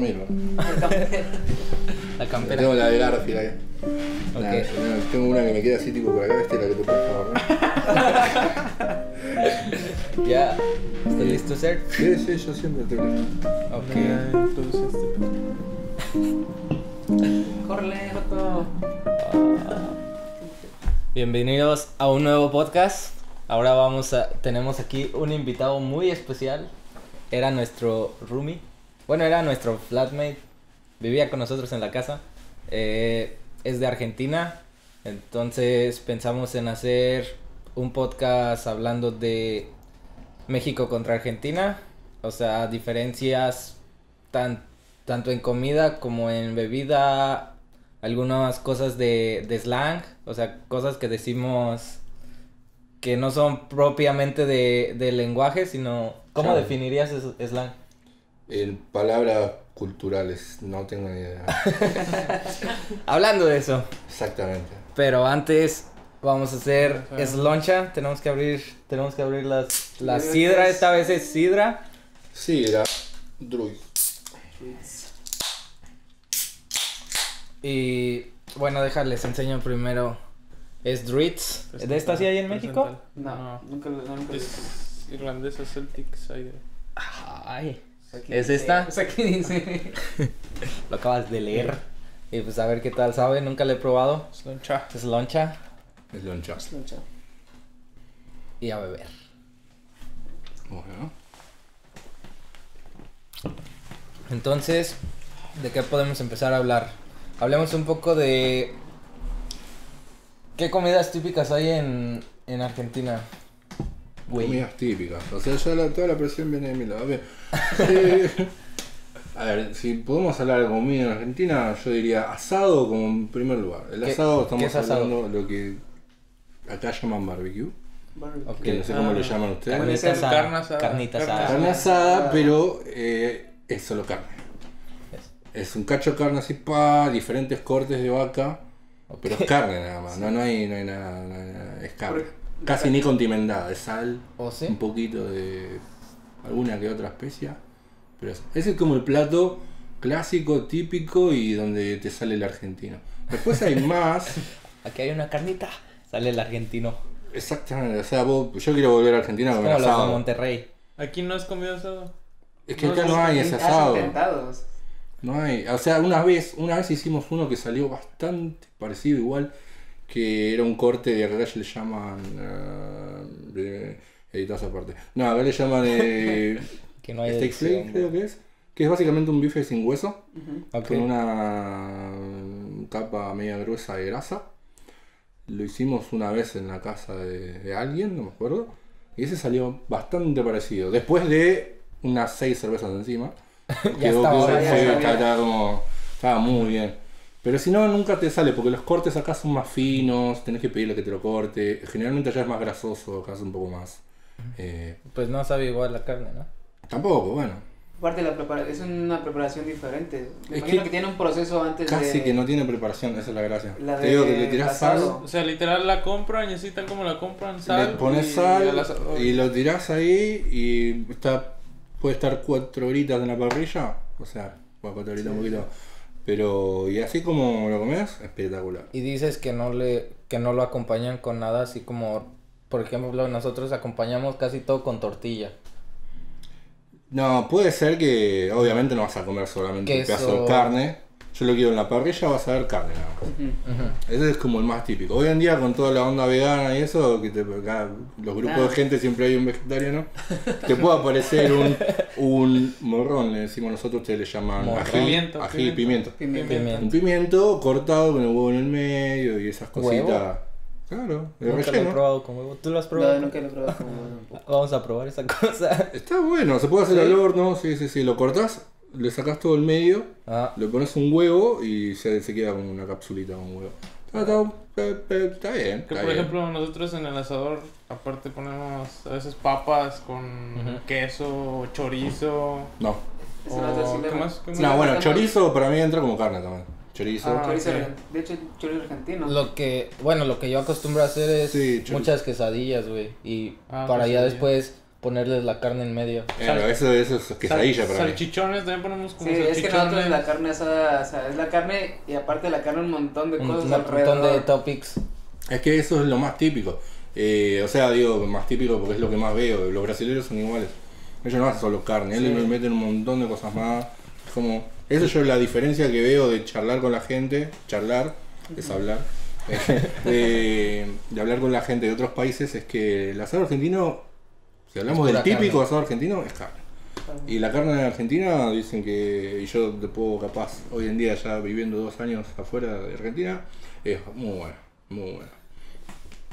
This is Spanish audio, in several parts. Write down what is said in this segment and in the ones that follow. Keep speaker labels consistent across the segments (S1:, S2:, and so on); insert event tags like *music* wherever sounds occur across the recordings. S1: Mira.
S2: La campera.
S1: Tengo la de Garfield ahí. La-
S2: Ok.
S1: la- tengo una que me queda así tipo por acá, ¿viste? La que te pones para
S2: *laughs*
S1: dormir.
S2: Ya. ¿Estás listo, Ser?
S1: Sí, sí, yo siempre te
S2: Ok.
S3: Entonces, este, pues.
S4: Corre, Joto.
S2: Bienvenidos a un nuevo podcast. Ahora vamos a tenemos aquí un invitado muy especial. Era nuestro roomie. Bueno, era nuestro flatmate. Vivía con nosotros en la casa. Eh, es de Argentina. Entonces pensamos en hacer un podcast hablando de México contra Argentina. O sea, diferencias tan- tanto en comida como en bebida, algunas cosas de, de slang, o sea, cosas que decimos que no son propiamente de, de lenguaje, sino... ¿Cómo
S1: Claro.
S2: definirías es- slang?
S1: En palabras culturales, no tengo ni *laughs* idea.
S2: Hablando de eso,
S1: Exactamente.
S2: pero antes vamos a hacer
S3: Ajá.
S2: esloncha, tenemos que abrir, tenemos que abrir las, la
S3: Creo que
S2: sidra,
S3: es-
S2: esta vez es sidra.
S1: Sí, era Druid.
S2: Y bueno, déjales, enseño primero. Es Druids. ¿De esta sí hay en México?
S3: presentar.
S4: No,
S3: No.
S4: nunca lo nunca lo hice.
S3: Es irlandesa Celtic Cider.
S2: Ay.
S4: Aquí
S2: ¿Es
S4: dice-
S2: esta?
S4: o sea, aquí dice.
S2: *laughs* Lo acabas de leer. Y pues a ver qué tal sabe, nunca lo he probado.
S3: Es loncha.
S2: Es loncha
S1: Es loncha.
S2: y a beber.
S1: Bueno.
S2: Entonces, ¿de qué podemos empezar a hablar? Hablemos un poco de... ¿Qué comidas típicas hay en, en Argentina?
S1: Comidas típicas. O sea, ya la- toda la presión viene de mi lado. A
S2: *laughs*
S1: ver. Eh, a ver, si podemos hablar de comida en Argentina, yo diría asado como en primer lugar. El
S2: ¿Qué-
S1: asado
S2: qué
S1: estamos
S2: es asado?
S1: hablando lo que acá llaman barbecue.
S4: Barbecue.
S2: Ok.
S1: Que no sé cómo
S3: Ah.
S1: lo llaman ustedes.
S3: Puede
S2: Carnita
S3: ser
S2: asada,
S3: carne asada.
S2: carnita asada.
S1: Carne asada, pero eh, es solo carne. Es un cacho de carne así pa, diferentes cortes de vaca, pero
S2: *laughs*
S1: es carne nada más, no, no, hay, no hay nada, no hay nada, es carne. Casi ni condimentada, es sal,
S2: ¿O sí?
S1: un poquito de alguna que otra especia. Pero es- ese es como el plato clásico, típico y donde te sale el argentino. Después
S2: *laughs*
S1: hay más,
S2: Aquí hay una carnita. Sale el argentino.
S1: exactamente, o sea, vos- yo quiero volver a Argentina a
S2: Es
S1: comer
S2: como los de
S1: asado.
S2: Monterrey.
S3: Aquí no has comido asado.
S1: Es que
S3: No,
S1: acá
S3: no,
S1: no hay
S4: Has
S1: ese asado.
S4: intentado.
S1: No hay, o sea, una vez, una vez hicimos uno que salió bastante parecido igual, que era un corte de acá le llaman ah, de- editás aparte. No, acá le llaman eh,
S2: Que *laughs* no hay
S1: steak
S2: edición,
S1: flake, creo que es, que es básicamente un bife sin hueso
S4: Ujú.
S2: Ok.
S1: con una mm, capa media gruesa de grasa. Lo hicimos una vez en la casa de, de alguien, no me acuerdo, y ese salió bastante parecido. Después de unas seis cervezas encima.
S2: *laughs* Ya
S1: Quedó
S2: estaba,
S1: que
S4: ya
S1: fue-
S4: estaba.
S1: estaba- estaba como- estaba muy bien. Pero si no, nunca te sale, porque los cortes acá son más finos, tenés que pedirle que te lo corte. Generalmente allá es más grasoso, acá es un poco más. eh,
S2: Pues no sabe igual la carne, ¿no?
S1: tampoco, bueno.
S4: Aparte, la prepara- es una preparación diferente. Me
S1: Es
S4: imagino
S1: que-
S4: que, tiene un proceso antes
S1: Casi
S4: de.
S1: que no tiene preparación, esa es la gracia.
S4: La
S1: te digo que
S4: de
S1: le tirás
S4: asado.
S3: O sea, literal la compran y así tal como la compran,
S1: sal,
S3: sal.
S1: le pones
S3: y- y al
S1: sal
S3: asado.
S1: y, lo tirás ahí y está, puede estar cuatro horitas en la parrilla. O sea, bueno, cuatro horitas un poquito. Pero, y así como lo comes, espectacular.
S2: Y dices que no le que no lo acompañan con nada así como por ejemplo, nosotros acompañamos casi todo con tortilla.
S1: No, puede ser que obviamente no vas a comer solamente un
S2: Queso.
S1: pedazo de carne. Yo lo quiero en la parrilla, vas a ver carne nada más.
S4: Ujú.
S1: Ese es como el más típico. Hoy en día con toda la onda vegana y eso, que te- acá los grupos
S4: Claro.
S1: de gente siempre hay un vegetariano, te puede aparecer un, un morrón, le decimos nosotros, ustedes le llaman
S2: Morrón.
S1: ají,
S3: Pimiento,
S1: ají y pimiento.
S4: Pimienta.
S2: Pimienta.
S1: Un pimiento cortado con el huevo en el medio y esas
S2: ¿Huevo?
S1: cositas. Claro, el
S2: Nunca lo he
S1: relleno.
S2: probado con huevo. ¿Tú lo has probado? Ah,
S4: No, nunca lo he probado con huevo.
S2: Vamos a probar esa cosa. *laughs*
S1: Está bueno, se puede hacer al horno, sí, sí, sí. Lo cortás, le sacás todo el medio
S2: Ah,
S1: Le pones un huevo y se, se queda como una capsulita con huevo. Está, está- está- está bien. Está
S3: Que por
S1: bien.
S3: ejemplo nosotros en el asador aparte ponemos a veces papas con
S2: Ujú.
S3: queso, chorizo.
S1: no.
S4: Eso no está
S3: O,
S4: sin
S3: ¿Qué
S4: lema.
S3: más? ¿Qué más?
S1: No, bueno,
S4: bastante-
S1: chorizo para mí entra como carne también. Chorizo.
S3: Ah,
S4: Chorizo
S3: ok.
S4: argen- De hecho, chorizo argentino.
S2: lo que bueno, lo que yo acostumbro a hacer es
S1: Sí, chorizo.
S2: muchas quesadillas, güey, y
S3: Ah,
S2: para ya
S3: quesadilla.
S2: después ponerles la carne en medio.
S1: Claro, eso, eso es quesadilla para mí.
S3: salchichones, también ponemos como
S4: Sí, es que
S3: salchichones.
S4: nosotros la carne asada, o sea, es la carne y aparte de la carne un montón de
S2: Un,
S4: cosas
S2: un
S4: alrededor.
S2: montón de topics.
S1: Es que eso es lo más típico. Eh, o sea, digo, más típico porque es lo que más veo. Los brasileños son iguales. Ellos no hacen solo carne, ellos le meten un montón de cosas más. Es Como, eso yo la diferencia que veo de charlar con la gente, charlar es hablar, *laughs* eh, de, de hablar con la gente de otros países es que el asado argentino, si hablamos
S2: Es
S1: del
S2: pura
S1: típico
S2: carne.
S1: asado argentino, es carne. Y la carne de Argentina dicen que, y yo te puedo capaz, hoy en día ya viviendo dos años afuera de Argentina, es muy buena, muy buena.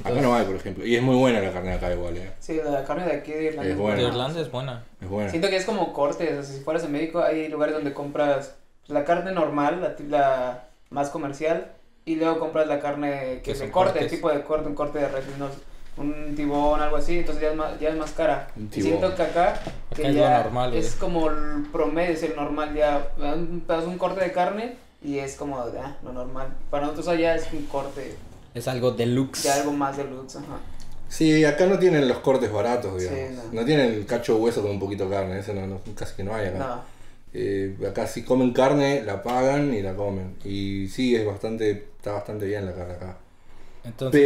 S1: Acá no hay, por ejemplo. Y es muy buena la carne de acá igual, eh.
S4: Sí, la carne de aquí de Irlanda.
S1: Es buena.
S2: De Irlanda es buena.
S1: Es buena.
S4: Siento que es como cortes, o sea, si fueras en México hay lugares donde compras la carne normal, la, ti- la más comercial, y luego compras la carne
S2: Que
S4: que
S2: son
S4: se corte,
S2: cortes.
S4: tipo de corte, un corte de res, unos- un tibón, algo así, entonces ya es más, ya es más cara.
S1: Un
S4: Y
S1: tibón.
S4: siento que acá, que
S2: Acá es lo
S4: ya
S2: normal,
S4: es
S2: güey.
S4: como el promedio, es el normal, ya un pedazo, un corte de carne y es como, ah, lo normal. Para nosotros allá es un corte,
S2: Es algo deluxe.
S4: ya algo más deluxe, ajá.
S1: Sí, acá no tienen los cortes baratos,
S4: Sí,
S1: digamos. no.
S4: no.
S1: tienen el cacho de hueso con un poquito de carne, eso no, no- casi que no hay acá.
S4: No.
S1: Eh, acá si comen carne, la pagan y la comen. Y sí, es bastante, está bastante bien la carne acá.
S2: Entonces,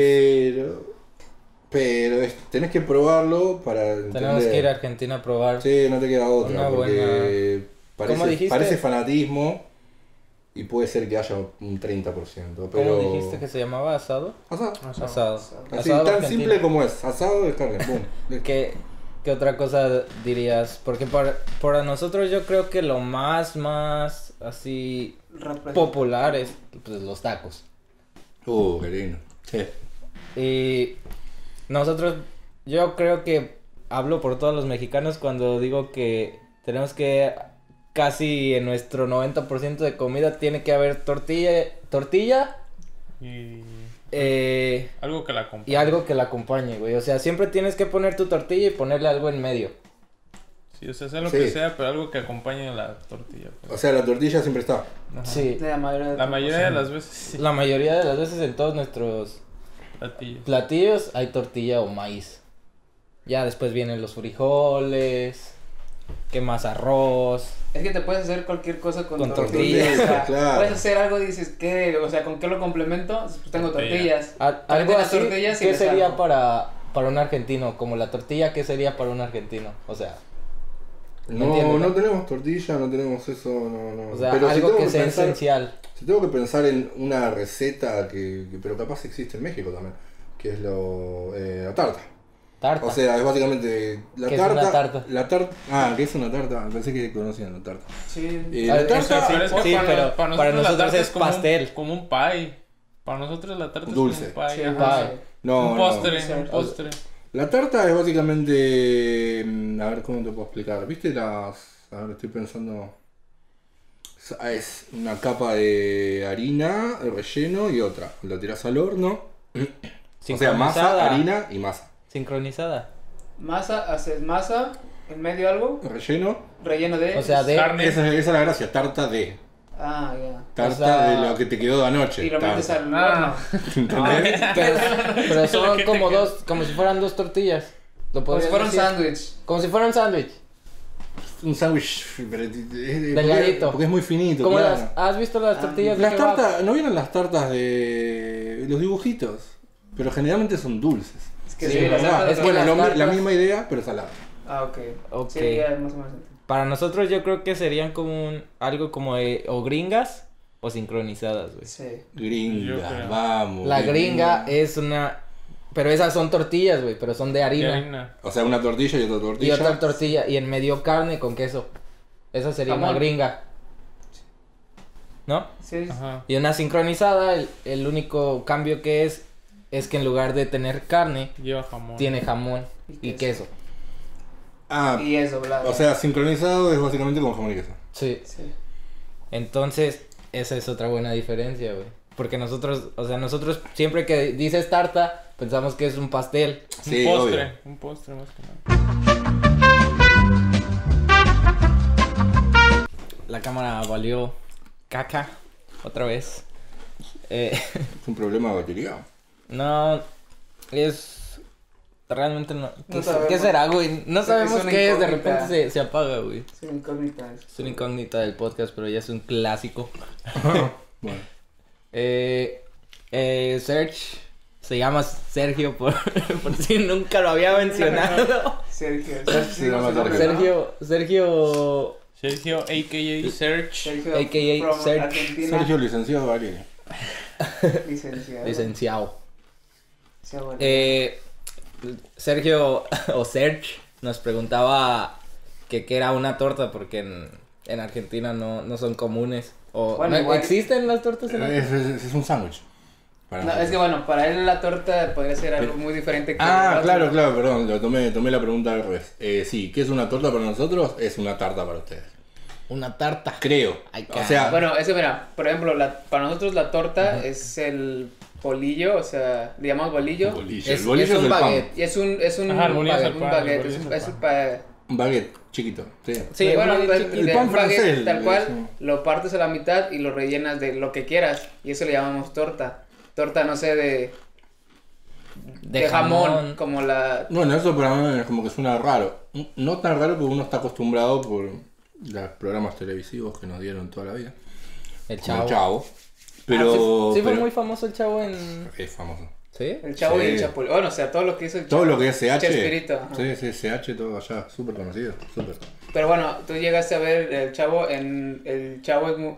S1: Pero, pero es- tenés que probarlo para entender.
S2: tenemos que ir a Argentina a probar.
S1: Sí, no te queda
S2: Una
S1: otra, porque
S2: ¿Cómo
S1: parece,
S2: dijiste?
S1: parece fanatismo y puede ser que haya un 30%, pero...
S2: ¿Cómo dijiste que se llamaba asado?
S1: Asado.
S3: Asado.
S2: Asado.
S1: Así,
S2: Asado
S1: tan
S2: argentino.
S1: simple como es, asado de carne, pum.
S2: *laughs* ¿Qué, qué otra cosa dirías? Porque para, para nosotros yo creo que lo más, más así
S4: Repre-
S2: popular es pues, los tacos.
S1: Uh, qué lindo.
S2: Y nosotros, yo creo que hablo por todos los mexicanos cuando digo que tenemos que casi en nuestro 90% de comida tiene que haber tortilla, tortilla
S3: Y
S2: eh,
S3: algo que la compré.
S2: y algo que la acompañe, güey. O sea, siempre tienes que poner tu tortilla y ponerle algo en medio.
S3: Sí, o sea, sea lo
S1: Sí.
S3: que sea, pero algo que acompañe a la tortilla. pues.
S1: O sea, la tortilla siempre está.
S3: Ajá.
S2: Sí.
S4: de la mayoría de
S3: La
S4: tu-
S3: mayoría de las veces sí.
S2: La mayoría de las veces en todos nuestros
S3: Platillo.
S2: platillos hay tortilla o maíz. Ya después vienen los frijoles, qué más arroz.
S4: Es que te puedes hacer cualquier cosa con,
S2: Con
S4: tortillas.
S1: tortillas,
S2: *laughs*
S4: o sea,
S1: claro.
S4: Puedes hacer algo y dices, ¿qué? O sea, ¿con qué lo complemento? Pues tengo
S3: Tortilla.
S4: tortillas.
S2: A-
S4: Le
S2: algo
S4: meten las
S2: así,
S4: tortillas y
S2: ¿qué
S4: les
S2: sería
S4: hago.
S2: para, para un argentino? Como la tortilla, ¿qué sería para un argentino? O sea,
S1: No,
S2: Entiendo, ¿no?
S1: no tenemos tortilla, no tenemos eso, no, no.
S2: o sea
S1: Pero si
S2: algo
S1: tengo
S2: que sea
S1: pensar-
S2: esencial.
S1: Si tengo que pensar en una receta que, que- pero capaz existe en México también, que es lo eh, la tarta.
S2: Tarta.
S1: O sea, es básicamente la
S2: ¿Qué es
S1: tarta,
S2: una tarta?
S1: La tarta. Ah, que es una tarta. Pensé que conocían la
S2: Ah.
S1: tarta.
S4: Sí.
S1: Eh,
S2: A
S1: la
S2: ver,
S3: O sea,
S1: tarta
S3: pero es que
S2: Sí,
S3: pues, para,
S2: pero
S3: para
S2: para
S3: nosotros, la
S2: nosotros
S3: tarta
S2: es
S3: como un-
S2: pastel.
S3: Como un pie. Para nosotros la tarta
S1: Dulce.
S3: es como un pie.
S4: Sí,
S3: ajá.
S4: ajá,
S2: pie.
S1: no,
S3: un
S1: no.
S3: postre,
S4: Sí.
S3: un postre.
S1: La tarta es básicamente. mm, A ver cómo te puedo explicar. ¿Viste las. A ver, estoy pensando. Es- Es una capa de harina, eh, relleno y otra. La tirás al horno. O sea, masa, harina y masa.
S2: Sincronizada.
S4: Masa, haces masa, en medio algo,
S1: Relleno.
S4: relleno de...
S2: O sea, de...
S3: Carne.
S1: Esa, esa es la gracia, tarta de.
S4: Ah, ya.
S1: Tarta
S2: O sea,
S1: de lo que te quedó de anoche.
S4: Y lo metes
S1: tarta.
S4: al horno.
S3: Ah.
S1: *laughs*
S2: Pues
S1: ¿Entendés?
S2: Pero, pero
S3: Lo
S2: son
S3: que
S2: como
S3: te-
S2: dos, como si fueran dos tortillas. Lo
S4: Como si
S2: podrías
S4: fuera un
S2: decir.
S4: sándwich.
S2: Como si fuera un sándwich.
S1: Un sándwich. pero es- es-
S2: Delgadito.
S1: Porque es muy finito.
S2: Como
S1: claro.
S2: las, ¿Has visto las
S4: Ah,
S2: tortillas de
S1: Las
S2: kebab?
S1: tartas, ¿no vieron las tartas de los dibujitos? Pero generalmente son dulces.
S4: Es que
S2: Sí,
S4: sí,
S2: la
S4: las
S2: verdad,
S4: tartas
S1: es
S4: son-
S2: bueno.
S1: la,
S2: las
S1: la
S2: tartas-
S1: misma idea, pero salada.
S4: Ah, ok.
S2: Ok.
S4: Sí, ya, más o menos. entiendo.
S2: Para nosotros yo creo que serían como un, algo como de- o gringas o sincronizadas,
S1: Pues
S2: güey.
S4: Sí.
S3: Yo
S1: Gringa,
S3: creo.
S1: vamos.
S2: La gringa eh, es una... Pero esas son tortillas, güey, pero son de
S3: Y
S2: harina.
S3: harina.
S1: O sea, una tortilla y otra
S2: Y
S1: tortilla.
S2: otra tortilla, y en medio carne con queso. Esa sería una
S4: Jamón.
S2: gringa. ¿No?
S4: Sí,
S3: Ajá.
S2: Y una sincronizada, el, el único cambio que es, es que en lugar de tener carne,
S3: Lleva jamón.
S2: tiene jamón
S4: Y
S2: y queso.
S1: Ah,
S4: y es doblado.
S1: o sea, sincronizado es básicamente con jamón y queso.
S2: Sí.
S4: Sí.
S2: Entonces, esa es otra buena diferencia, güey. Porque nosotros, o sea, nosotros siempre que dices tarta, pensamos que es un pastel.
S3: Un
S1: Sí,
S3: postre.
S1: obvio.
S3: Un postre más que nada.
S2: La cámara valió caca, otra vez. Eh, *laughs*
S1: Es un problema de batería.
S2: no, es realmente no. ¿Qué,
S4: No sabemos.
S2: qué será, güey? No
S4: Es
S2: sabemos
S4: una
S2: qué es, de
S4: incógnita.
S2: repente se, se apaga, güey.
S4: Es una incógnita.
S2: Es una incógnita del podcast, pero ya es un clásico.
S1: Bueno,
S2: Eh, eh, Serge se llama Sergio por, *laughs* por si nunca lo había mencionado.
S4: *laughs* Sergio.
S1: Se llama
S4: su nombre,
S1: Sergio.
S2: Sergio, Sergio,
S3: Sergio, a.k.a. Search.
S4: Sergio.
S2: AKA
S4: from
S2: Sergio.
S4: Argentina.
S1: Sergio licenciado Valeria.
S4: Licenciado.
S2: licenciado.
S4: Sí, bueno.
S2: Eh, Sergio *laughs* o Serge nos preguntaba que qué era una torta porque en, en Argentina no, no son comunes. O,
S4: Bueno,
S2: ¿no
S4: igual-
S2: ¿Existen las tortas en Argentina?
S1: Es, es- es un sándwich. para
S4: No,
S1: nosotros.
S4: es que bueno, para él la torta podría ser algo muy diferente que
S1: Ah,
S4: el
S1: claro,
S4: otro.
S1: claro, perdón, lo tomé, tomé la pregunta al revés. Eh, sí, ¿qué es una torta para nosotros? Es una tarta para ustedes.
S2: Una tarta.
S1: Creo.
S2: Ay,
S1: O sea,
S4: Bueno, eso mira, por ejemplo, la- para nosotros la torta es el bolillo, o sea, le llamamos bolillo.
S1: el bolillo.
S2: es-
S1: el bolillo es,
S2: es un
S1: el pan.
S2: baguette.
S4: Y es un, es un
S3: Ajá, el bolillo es el
S4: un
S3: pan, el
S4: baguette,
S3: bolillo
S4: es un,
S3: es el
S4: es un pa-
S1: Un baguette chiquito. Sí.
S2: Sí,
S4: Y bueno,
S2: muy
S4: el,
S2: chiquito.
S1: el
S4: de
S1: pan
S4: un baguette
S1: francés,
S4: Tal
S1: le
S4: cual,
S1: decimos.
S4: lo partes a la mitad y lo rellenas de lo que quieras. Y eso le llamamos torta. Torta, no sé, de,
S2: de,
S4: de jamón,
S2: jamón.
S4: como la...
S1: Bueno, eso para mí es como que suena raro. No tan raro porque uno está acostumbrado por los programas televisivos que nos dieron toda la vida.
S2: El
S1: Como
S2: chavo.
S1: El chavo. Pero.
S2: Ah, sí, sí fue
S1: pero-
S2: muy famoso el chavo en.
S1: Es famoso.
S2: ¿Sí?
S4: El chavo y el
S1: Sí.
S4: chapulín. Bueno, o sea, todo lo que hizo el
S1: Todo
S4: chavo.
S1: lo que es CH.
S4: Chespirito, ajá.
S1: Sí, sí, CH, todo allá, súper conocido. Súper.
S4: Pero bueno, tú llegaste a ver el chavo en el chavo es mu-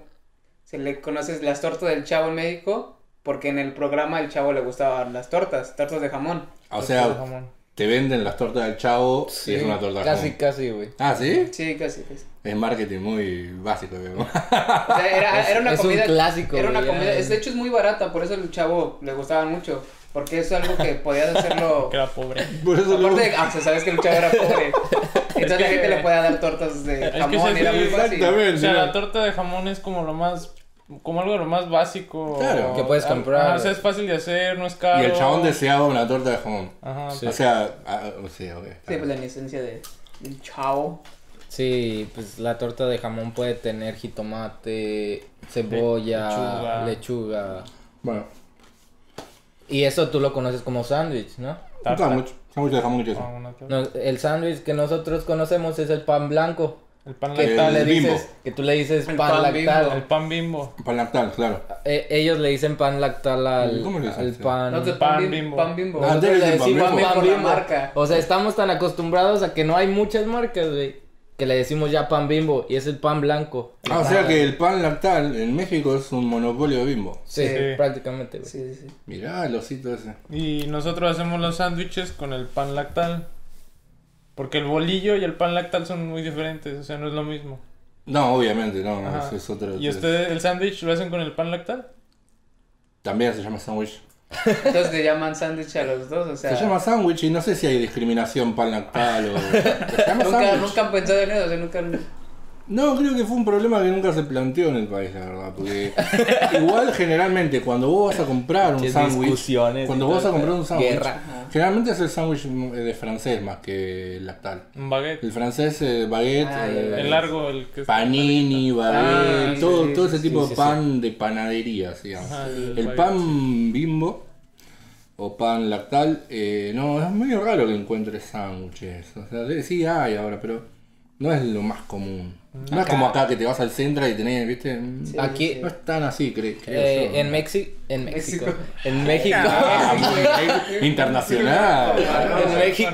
S4: se le conoces las tortas del chavo en México porque en el programa el chavo le gustaban las tortas, tortas de jamón.
S1: O
S3: Torta de
S1: sea,
S3: jamón.
S1: te venden las tortas del chavo y es una torta
S2: Casi,
S1: común.
S2: casi, güey.
S1: Ah, ¿sí?
S4: Sí, casi. casi.
S1: Es marketing muy básico. digamos. *laughs*
S4: O sea, era, era una
S2: es un
S4: comida
S2: clásico,
S4: era una
S2: güey,
S4: comida,
S2: ya.
S4: es- de hecho es muy barata, por eso el chavo le gustaba mucho, porque es algo que podías
S3: *laughs*
S4: hacerlo
S3: Que era
S1: *laughs*
S3: pobre.
S1: Por eso
S4: aparte
S1: luego-
S4: de, ah, o sea, sabes que el chavo era
S2: *laughs*
S4: pobre. Entonces la
S3: que-
S4: gente le podía dar tortas de
S3: que
S4: jamón,
S3: se-
S4: y era muy fácil.
S1: Exactamente.
S3: O sea, la torta de jamón es como lo más. Como algo de lo más básico.
S1: Claro.
S2: Que puedes
S3: Ajá,
S2: comprar.
S3: o sea, es fácil de hacer, no es caro.
S1: Y el chabón deseaba una torta de jamón.
S3: Ajá.
S2: Sí.
S1: O sea, ah, o sea, ok, está
S4: Sí, pues
S1: bien.
S4: la esencia de del chavo.
S2: Sí, pues la torta de jamón puede tener jitomate, cebolla,
S3: lechuga.
S2: lechuga.
S1: Bueno,
S2: Y eso tú lo conoces como sándwich, ¿no?
S1: un
S3: Tarta.
S1: sándwich. Sándwich de jamón y
S3: Ah,
S1: queso.
S3: una torta.
S2: No, el sándwich que nosotros conocemos es el pan blanco.
S3: El pan
S2: Que tú
S1: El
S2: le
S3: lactal.
S1: bimbo.
S2: dices, que tú le dices
S4: El
S2: pan,
S4: pan
S2: lactal.
S4: bimbo.
S3: El pan bimbo.
S1: Pan lactal, claro.
S2: Eh, ellos le dicen pan lactal al,
S1: ¿Cómo le dicen?
S2: al pan.
S4: Ah, No, que
S3: Pan
S4: pan bimbo.
S3: Bimbo.
S4: Pan bimbo.
S1: Ah,
S2: Nosotros
S1: Ustedes
S2: le
S1: le dicen
S2: decimos
S1: pan bimbo.
S2: pan
S4: Por la
S2: bimbo.
S4: marca.
S2: O sea, estamos tan acostumbrados a que no hay muchas marcas, güey, que le decimos ya pan bimbo y es el pan blanco.
S1: Ah, o sea que el pan lactal en México es un monopolio de bimbo.
S2: Sí,
S4: Sí.
S2: prácticamente, güey.
S4: Sí,
S1: *laughs*
S4: sí, sí.
S1: Mirá el osito ese.
S3: Y nosotros hacemos los sándwiches con el pan lactal. Porque el bolillo y el pan lactal son muy diferentes, o sea, no es lo mismo.
S1: No, obviamente, no, no,
S3: Ajá.
S1: eso es otro.
S3: ¿Y
S1: es-
S3: ustedes el sándwich lo hacen con el pan lactal?
S1: También se llama sándwich.
S4: Entonces le llaman sándwich a los dos, o sea.
S1: Se llama sándwich y no sé si hay discriminación pan lactal
S4: *laughs*
S1: o. Se llama
S4: Nunca,
S1: sándwich.
S4: nunca han pensado en eso, o sea, nunca han-
S1: No, creo que fue un problema que nunca se planteó en el país, la verdad.
S2: *laughs*
S1: Porque igual generalmente cuando vos vas a comprar un
S2: Muchas
S1: sándwich,
S2: discusiones
S1: cuando
S2: y
S1: vos vas
S2: todo
S1: a comprar un sándwich,
S2: Guerra.
S1: generalmente es el sándwich mm, de francés más que el lactal.
S3: Un baguette.
S1: El francés, eh, baguette,
S4: Ah,
S1: eh,
S4: el-
S3: El largo, el que es-
S1: panini, baguette,
S4: Ah, sí,
S1: todo,
S4: sí,
S1: todo ese
S2: sí,
S1: tipo
S2: sí,
S1: de
S2: sí.
S1: pan de panaderías, digamos.
S3: Ajá,
S1: el
S3: el baguette.
S1: pan bimbo o pan lactal, eh, no, es medio raro que encuentres sándwiches. O sea, de- sí hay ahora, pero no es lo más común. No es como acá que te vas al centro y tenés, viste, Mm,
S4: Sí,
S2: Aquí-
S4: sí.
S1: no es tan así, cre- creo
S2: Eh,
S1: yo.
S2: en, Mexi en México.
S4: México.
S2: En México.
S1: Ah, muy bien, internacional.
S2: *laughs* en México.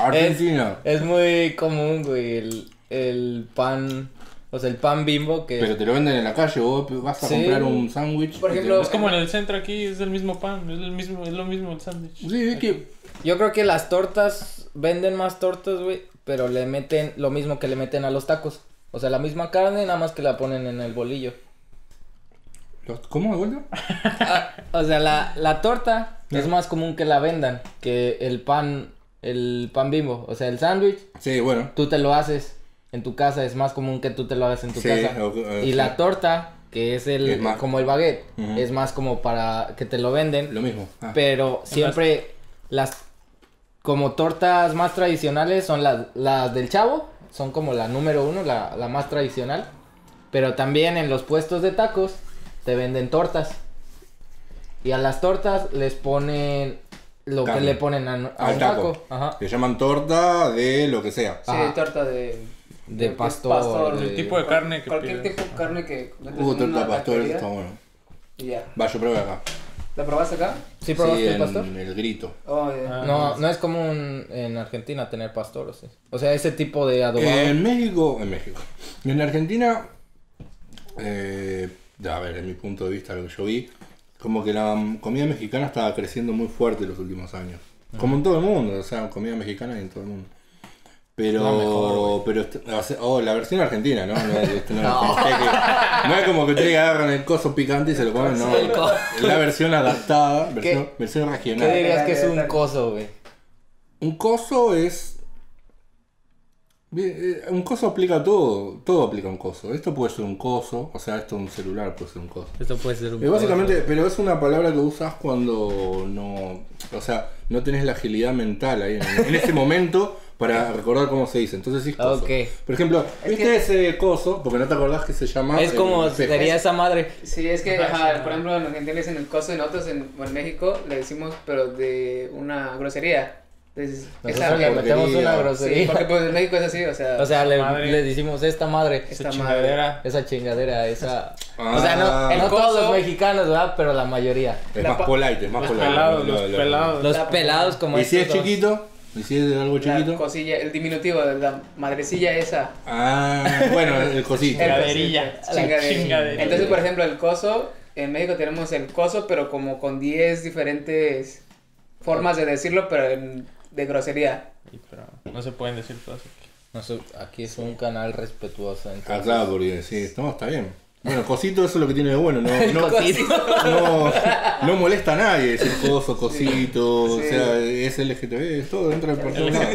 S1: Argentina.
S2: Es muy común, güey, el, el pan. O sea, el pan bimbo que.
S1: Pero te lo venden en la calle, vos vas a
S2: Sí.
S1: comprar un sándwich.
S4: Por
S1: y te-
S4: ejemplo,
S3: Es como en el centro aquí, es el mismo pan, es, el mismo, es lo mismo el sándwich.
S1: Sí, es que
S2: Yo creo que las tortas. Venden más tortas, güey. Pero le meten lo mismo que le meten a los tacos. O sea, la misma carne, nada más que la ponen en el bolillo.
S1: Los- ¿Cómo de vuelta?
S2: Ah, O sea, la, la torta es más común que la vendan que el pan. El pan bimbo. O sea, el sándwich,
S1: Sí, bueno.
S2: tú te lo haces en tu casa. Es más común que tú te lo hagas en tu
S1: Sí,
S2: casa.
S1: o- o-
S2: y
S1: sí.
S2: la torta, que es el
S1: Es más-
S2: como el baguette,
S1: Ujú.
S2: es más como para que te lo venden.
S1: Lo mismo. Ah.
S2: Pero siempre las como tortas más tradicionales son las, las del chavo, son como la número uno, la, la más tradicional. Pero también en los puestos de tacos te venden tortas. Y a las tortas les ponen lo que
S1: Carne.
S2: le ponen a, a
S1: Al
S2: un
S1: taco.
S2: taco. Ajá.
S1: Le llaman torta de lo que sea.
S4: Sí,
S2: Ajá.
S4: torta de.
S2: De
S4: de
S2: pastor, de-
S3: El tipo de carne que
S4: Cualquier
S3: pides.
S4: tipo de carne que. metes
S1: Uh,
S4: en una
S1: torta pastor,
S4: taquería
S1: está bueno.
S4: Y ya.
S1: Va, yo probé acá.
S4: ¿La probaste acá?
S2: ¿Sí probaste
S1: Sí,
S2: el
S1: en
S2: pastor?
S1: el grito.
S4: Oh, ya.
S3: Ah,
S2: No, no es común en Argentina tener pastor, ¿o sí? O sea, ese tipo de adobado.
S1: En México, en México. En Argentina, eh, a ver, en mi punto de vista, lo que yo vi, como que la comida mexicana estaba creciendo muy fuerte en los últimos años.
S2: Ah.
S1: Como en todo el mundo, o sea, comida mexicana en todo el mundo. Pero,
S2: La mejor,
S1: pero, este- o sea, oh, la versión argentina, ¿no? No, este,
S2: *laughs*
S1: no, pensé que- no es como que ustedes agarran el coso picante y se lo
S2: *laughs*
S1: ponen, no.
S2: El coso.
S1: La versión adaptada, versión, versión
S2: ¿Qué
S1: regional.
S2: dirías que es un
S4: Dale.
S2: coso, güey?
S1: Un coso es. Bien, eh, Un coso aplica todo, todo aplica un coso. Esto puede ser un coso, o sea, esto un celular puede ser un coso.
S2: Esto puede ser un
S1: Eh, básicamente, pero es una palabra que usas cuando no. O sea, no tenés la agilidad mental ahí en, en ese momento para recordar cómo se dice. Entonces sí es coso.
S2: Ok.
S1: Por ejemplo, ¿viste
S4: que-
S1: ese coso? Porque no te acordás que se llama.
S2: Es
S1: el
S2: como
S1: espejo.
S2: sería esa madre.
S4: Sí, es
S3: *laughs*
S4: que,
S3: Ah,
S4: ajá,
S3: sí,
S4: por
S3: no.
S4: ejemplo, en Argentina dicen el coso, en otros, en, en México, le decimos, pero de una grosería. Entonces,
S2: Nosotros le
S1: algo
S2: metemos
S1: querido.
S2: una
S1: Sí,
S4: Sí,
S2: grosería.
S4: porque pues en México es así, o sea.
S2: O sea, le,
S3: Madre.
S2: le decimos esta madre.
S4: esta madre.
S3: chingadera.
S2: Esa chingadera, esa.
S1: Ah.
S2: o sea, no,
S1: El
S2: no todos
S4: coso.
S2: los mexicanos, ¿verdad? Pero la mayoría.
S1: Es
S4: La
S1: más
S4: pa-
S1: polite, es más
S3: Los
S1: polite.
S3: pelados,
S1: Lo-
S3: los
S1: lo- lo-
S3: pelados.
S2: Los
S4: La-
S2: pelados como
S1: Y si es
S2: estos dos.
S1: chiquito, y si es algo
S4: La
S1: chiquito.
S4: cosilla, el diminutivo de la madrecilla esa.
S1: Ah, bueno, el cosito.
S4: El
S3: Chingaderilla.
S4: cosito, chingaderilla.
S3: Chingaderilla.
S4: Entonces, por ejemplo, el coso, en México tenemos el coso, pero como con 10 diferentes formas de decirlo, pero en- de grosería.
S3: Y, pero no se pueden decir todas aquí.
S2: No sé, aquí es un canal respetuoso.
S1: Ah,
S2: entonces-
S1: claro, porque sí, no, está bien. Bueno, cosito, eso es lo que tiene de bueno, no, no,
S2: Cosito.
S1: no, no molesta a nadie decir coso, cosito,
S4: Sí.
S1: o sea, es LGTB, es todo, entra por todos lados.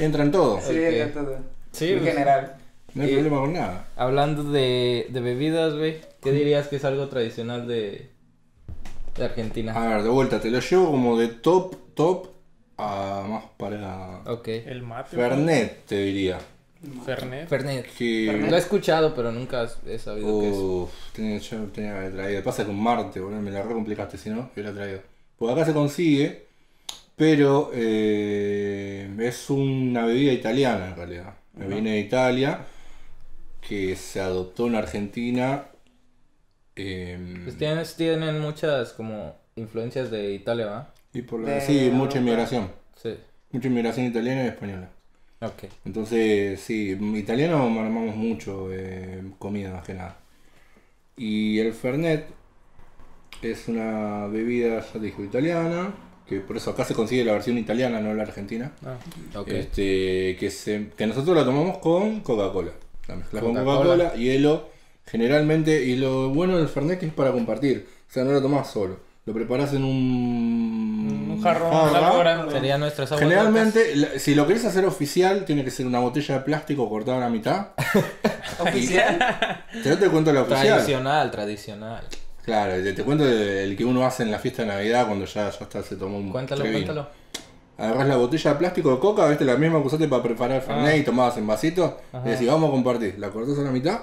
S1: Entra en todo,
S4: Sí,
S2: Ok.
S4: en todo.
S2: Sí,
S4: en
S2: pues.
S4: general.
S1: no hay
S2: Y-
S1: problema con nada.
S2: Hablando de, de bebidas, güey, ¿qué dirías que es algo tradicional de, de Argentina?
S1: A ver, de vuelta, te lo llevo como de top, top a más para
S2: Ok.
S3: El mate.
S1: Fernet, te diría.
S3: güey. Fernet.
S2: Fernet. Lo he
S1: Que.
S2: escuchado, pero nunca he sabido qué es.
S1: Uff, tenía, yo tenía que haber traído. Pasa con Marte, boludo, me la recomplicaste, si no, hubiera traído. Porque acá se consigue, pero eh, es una bebida italiana en realidad. Me viene de Italia, que se adoptó en Argentina. eh,
S4: Este
S2: Pues tienen, tienen muchas como influencias de Italia, ¿va?
S1: y por la-
S4: de
S1: sí,
S4: Europa.
S1: mucha inmigración.
S2: Sí.
S1: Mucha inmigración italiana y española.
S2: Ok.
S1: Entonces, sí, italiano armamos mucho eh, comida más que nada. Y el Fernet es una bebida, ya te dije, italiana, que por eso acá se consigue la versión italiana, no la argentina.
S3: Ah.
S2: Ok.
S1: Este, que, se- que nosotros la tomamos con Coca-Cola. La mezclas con
S2: Coca-Cola.
S1: Coca-Cola, hielo, generalmente, y lo bueno del Fernet que es para compartir. O sea, no lo tomás solo. Lo preparás en un,
S3: Un jarrón,
S1: jarra,
S3: algo grande.
S2: Serían nuestras aguas
S1: Generalmente, la- si lo querés hacer oficial, tiene que ser una botella de plástico cortada a la mitad.
S4: Oficial.
S1: Te te cuento la
S2: locas.
S1: oficial.
S2: Tradicional, tradicional.
S1: Claro, te, te cuento el, el que uno hace en la fiesta de Navidad cuando ya, ya está, se tomó un
S2: Cuéntalo,
S1: trevino.
S2: cuéntalo.
S1: Agarrás la botella de plástico de coca, viste la misma que usaste para
S2: Ah.
S1: preparar Fernet y tomabas en vasito. Y decís, vamos a compartir. La cortás a la mitad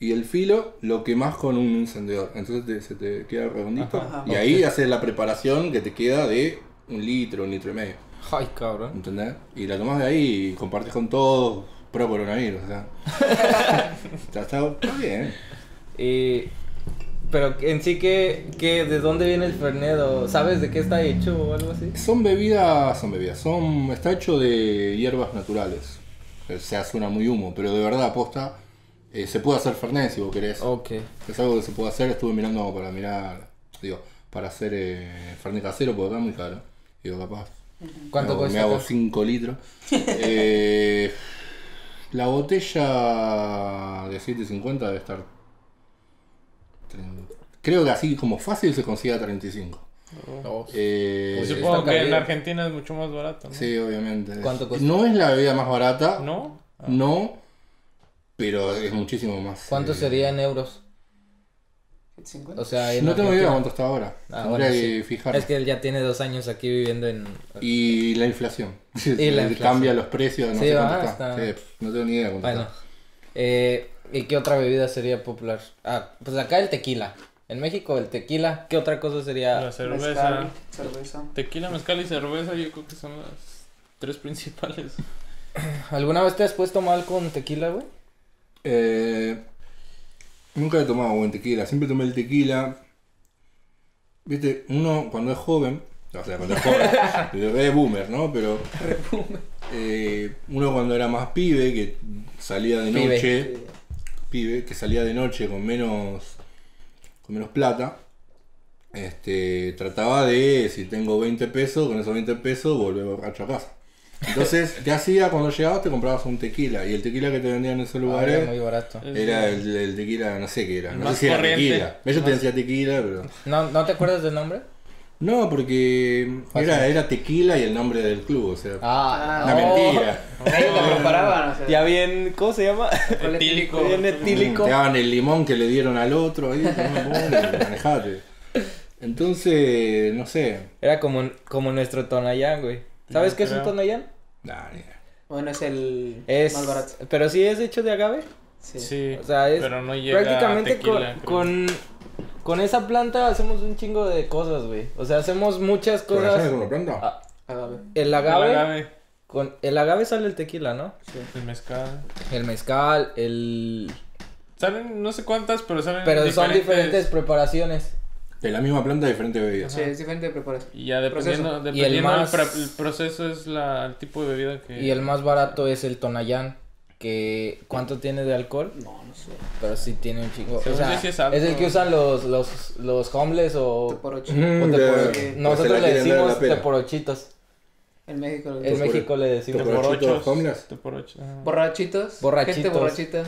S1: y el filo lo quemás con un encendedor. Entonces te- se te queda redondito.
S4: Ajá.
S1: Y ahí haces la preparación que te queda de un litro, un litro y medio.
S2: Ay, cabrón.
S1: ¿Entendés? Y la tomás de ahí y compartís con todos pro coronavirus, o sea. está, está- está bien.
S2: Y... Pero en sí, que, que ¿de dónde viene el Fernet? ¿O ¿Sabes de qué está hecho o algo así?
S1: Son bebidas, son bebidas, son. está hecho de hierbas naturales. Eh, O sea, suena muy humo, pero de verdad, aposta, eh, se puede hacer Fernet si vos querés.
S2: Ok.
S1: Es algo que se puede hacer, estuve mirando para mirar, digo, para hacer eh, Fernet casero, porque acá es muy caro. Digo, capaz.
S2: ¿Cuánto
S1: Oh, me hago-
S2: cuesta?
S1: Me hago
S2: acá?
S1: 5 litros.
S2: *laughs*
S1: Eh, la botella de 7.50 debe estar. tre- Creo que así como fácil se consigue a 35.
S2: Oh.
S1: Eh,
S2: Pues
S3: Supongo
S2: está
S3: que en
S2: caliente.
S3: Argentina es mucho más barato. ¿no?
S1: sí, obviamente.
S2: ¿Cuánto cuesta?
S1: No es la bebida más barata. No.
S3: ¿No?
S1: pero es muchísimo más.
S2: ¿Cuánto
S1: eh,
S2: sería en euros? O sea, en
S1: No tengo idea
S2: Argentina.
S1: cuánto está ahora.
S2: Ah,
S1: Tendría
S2: bueno,
S1: que
S2: sí.
S1: fijarme.
S2: Es que él ya tiene dos años aquí viviendo en.
S1: Y la inflación.
S2: la inflación.
S1: *laughs* Cambia los precios, no
S2: Sí,
S1: sé cuánto
S2: va,
S1: está.
S2: está-
S1: Sí, no tengo ni idea cuánto
S2: Bueno.
S1: está.
S2: Eh, ¿Y qué otra bebida sería popular? Ah, pues acá el tequila. En México, el tequila. ¿Qué otra cosa sería?
S3: La cerveza.
S4: Mezcal, cerveza.
S3: Tequila, mezcal y cerveza, yo creo que son las
S1: *laughs*
S3: tres principales.
S2: ¿Alguna vez te has puesto mal con tequila, güey?
S1: Eh, nunca he tomado buen tequila, siempre tomé el tequila. Viste, uno cuando es joven, o sea, cuando es
S2: *laughs*
S1: joven, pero es boomer, ¿no? Pero. eh, uno cuando era más pibe, que salía de
S2: Pibe.
S1: noche, pibe, que salía de noche con menos. con menos plata. Este, trataba de, si tengo 20 pesos, con esos 20 pesos volver a casa.
S2: *laughs*
S1: Entonces, ¿qué hacía cuando llegabas? Te comprabas un tequila. Y el tequila que te vendían en esos
S2: Ah,
S1: lugares
S2: era muy barato.
S1: era el, el tequila, no sé qué era. No
S3: Más
S1: sé si era
S3: corriente.
S1: tequila. Ellos te decían tequila, pero.
S2: ¿No, ¿No te acuerdas del nombre?
S1: No, porque era, era tequila y el nombre del club, o sea.
S2: Ah,
S1: una
S2: no.
S1: mentira.
S4: Ellos lo preparaban, o sea. este
S2: Ya bien, ¿cómo se llama?
S4: alcohol
S3: etílico.
S2: bien *laughs* etílico.
S1: Te daban el limón que le dieron al otro, ahí, tomá, pobre, manejate. Entonces, no sé.
S2: Era como, como nuestro Tonayán, güey. ¿Sabes
S3: No
S2: qué es un
S3: creo.
S2: Tonayán?
S1: Nah, ni idea.
S4: Bueno, es el
S2: Es...
S4: más barato.
S2: Pero sí es hecho de agave.
S4: Sí.
S3: Sí,
S2: O sea, es
S3: pero no llega
S2: prácticamente
S3: a tequila,
S2: con,
S3: creo.
S2: con, con esa planta hacemos un chingo de cosas, güey. O sea, hacemos muchas
S1: ¿Pero la
S2: cosas.
S1: sabes con la planta?
S2: Ah,
S4: Agave.
S2: el
S3: El agave,
S2: agave, con el agave sale el tequila, ¿no?
S3: el mezcal.
S2: El mezcal, el
S3: Salen no sé cuántas, pero salen
S2: pero son diferentes preparaciones.
S1: De la misma planta, diferentes bebidas.
S4: Sí, es diferente de preparación.
S3: Y ya
S4: Proceso.
S3: dependiendo,
S2: el
S3: dependiendo del
S2: más-
S3: pro- el proceso es la, el tipo de bebida que...
S2: Y el más barato es el Tonayán, que cuánto tiene de alcohol,
S4: No, no sé.
S2: pero sí tiene un chingo. O
S3: Según
S2: sea,
S3: yo sí
S2: es,
S3: es alto.
S2: el que usan los los los homeless o,
S4: Por ocho.
S1: Mm,
S2: o
S1: de-
S2: teporo-
S1: pues
S2: nosotros
S1: se la
S2: le
S1: quieren dar a la
S2: decimos
S1: pera.
S2: teporochitos.
S4: En México lo
S2: En
S1: Toporo-
S2: México le decimos
S1: toporo-
S3: Toporochos,
S1: borrachos, homeless.
S3: toporochos, ajá.
S4: Borrachitos. Gente
S2: Borrachitos.
S4: borrachita.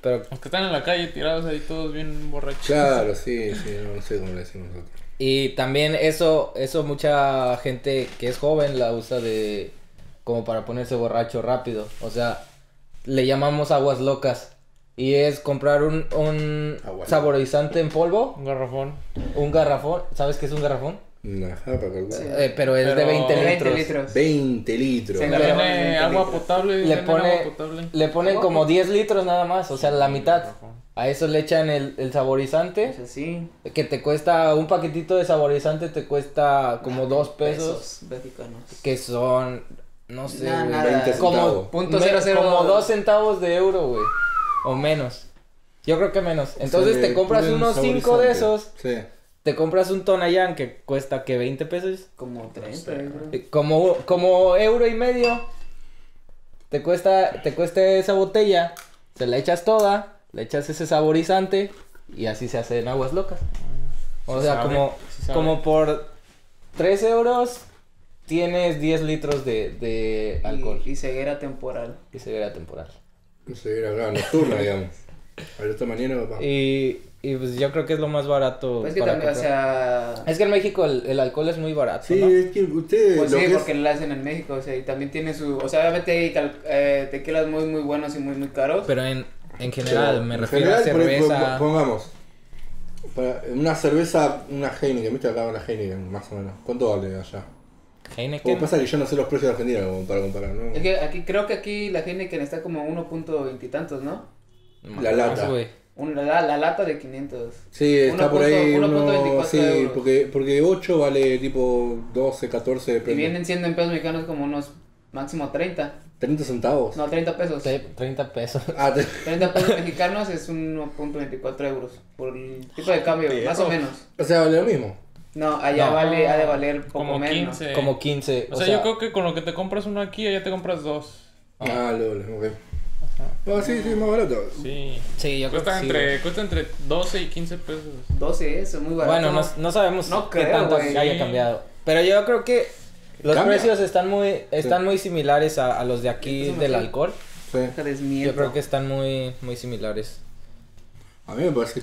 S2: pero
S3: Los que están en la calle tirados ahí todos bien borrachos.
S1: Claro, sí, sí, no sé cómo le decimos nosotros.
S2: Y también eso, eso mucha gente que es joven la usa de como para ponerse borracho rápido. O sea, le llamamos aguas locas. Y es comprar un, un
S1: Aguas.
S2: saborizante en polvo,
S3: Un garrafón.
S2: un garrafón. ¿Sabes qué es un garrafón?
S1: Una japa, calculo.
S4: Sí.
S2: Eh, pero es de
S3: Pero-
S2: 20 litros.
S4: 20 litros.
S1: 20 litros.
S4: Se
S3: Le
S4: la- garrafón de
S3: pone
S4: 20
S3: agua
S4: litros.
S3: potable.
S2: Le
S3: venden
S2: pone-
S3: agua potable.
S2: Le ponen como 10 litros nada más, o sea, la mitad.
S3: garrafón.
S2: A eso le echan el, el
S4: Es
S2: saborizante,
S4: así.
S2: que te cuesta, un paquetito de saborizante te cuesta como 2 pesos.
S4: mexicanos.
S2: que son, no sé,
S4: Nah,
S2: güey,
S4: nada.
S1: 20
S2: como,
S1: centavos.
S4: Punto
S2: me-
S4: cero cero.
S2: como dos centavos de euro, güey, o menos. Yo creo que menos. Entonces
S1: Sale
S2: te compras
S1: puro
S2: unos cinco de esos,
S1: saborizante.
S2: te compras un Tonayán que cuesta que 20 pesos,
S4: Como 30.
S3: sé.
S4: yo creo.
S2: eh, como como euro y medio. Te cuesta te cuesta esa botella, se la echas toda, le echas ese saborizante y así se hacen aguas locas. O
S3: Se
S2: sea,
S3: sabe,
S2: como,
S3: se sabe.
S2: como por 3 euros tienes 10 litros de, de
S4: Y-
S2: alcohol.
S4: Y, ceguera temporal.
S2: Y se verá temporal.
S1: Sí. Se era acá, nocturna, digamos. A ver, esta mañana, papá.
S4: Eh,
S2: Y, y pues yo creo que es lo más barato.
S4: Pues que
S2: para
S4: también, o
S2: comprar.
S4: sea.
S2: Es que en México el, el alcohol es muy barato.
S1: Sí,
S2: ¿no?
S1: es que ustedes.
S4: Pues
S1: lo
S4: sí,
S1: que es-
S4: porque lo hacen en México, o sea, y también tiene su. O sea, obviamente hay cal- eh, tequilas muy, muy buenos y muy, muy caros.
S2: Pero en, en general, me
S1: en
S2: refiero a
S1: general, por-
S2: cerveza.
S1: por- Pongamos. para- una cerveza, una Heineken, viste acá una Heineken, más o menos. ¿Cuánto vale allá? Como
S2: Heineken.
S1: pasa que yo no sé los precios de Argentina como para comparar, ¿no?
S4: Es que aquí, creo que aquí la Heineken está como 1.20 y tantos, ¿no?
S2: Más,
S1: La lata.
S2: güey.
S4: Un- la, la lata de 500.
S1: Sí, está
S4: Uno
S1: por
S4: punto-
S1: ahí.
S4: uno
S1: uno-
S4: punto veinticuatro
S1: sí,
S4: euros.
S1: porque, porque 8 vale tipo 12, 14,
S4: Y
S1: depende.
S4: vienen siendo en pesos mexicanos como unos máximo 30.
S1: 30 centavos.
S4: No, 30 pesos.
S2: Sí, 30 pesos.
S1: Ah, te-
S4: 30 pesos mexicanos es 1.24 euros por el tipo de cambio, más o menos.
S1: o sea, vale lo mismo.
S4: No, allá
S2: No.
S4: vale, ha de valer poco
S3: Como
S4: menos.
S3: 15.
S2: Como 15.
S3: O sea, yo creo que con lo que te compras uno aquí, allá te compras dos.
S1: Ah, lo lo- ok. Ah, sí, sí, más barato.
S3: Sí.
S2: Sí, yo creo que
S3: Cuesta,
S2: sí,
S3: entre,
S2: güey.
S3: cuesta entre 12 y 15 pesos.
S4: 12 es muy barato.
S2: Bueno, no, no sabemos
S4: No
S2: qué
S4: creo,
S2: tanto
S4: güey.
S2: haya cambiado. Pero yo creo que los
S1: Cambia.
S2: precios están muy están muy similares a, a los de aquí
S4: Entonces,
S2: del
S4: mejor.
S2: alcohol.
S1: Sí.
S4: Deja desmiento.
S2: Yo creo que están muy muy similares.
S1: A mí me parece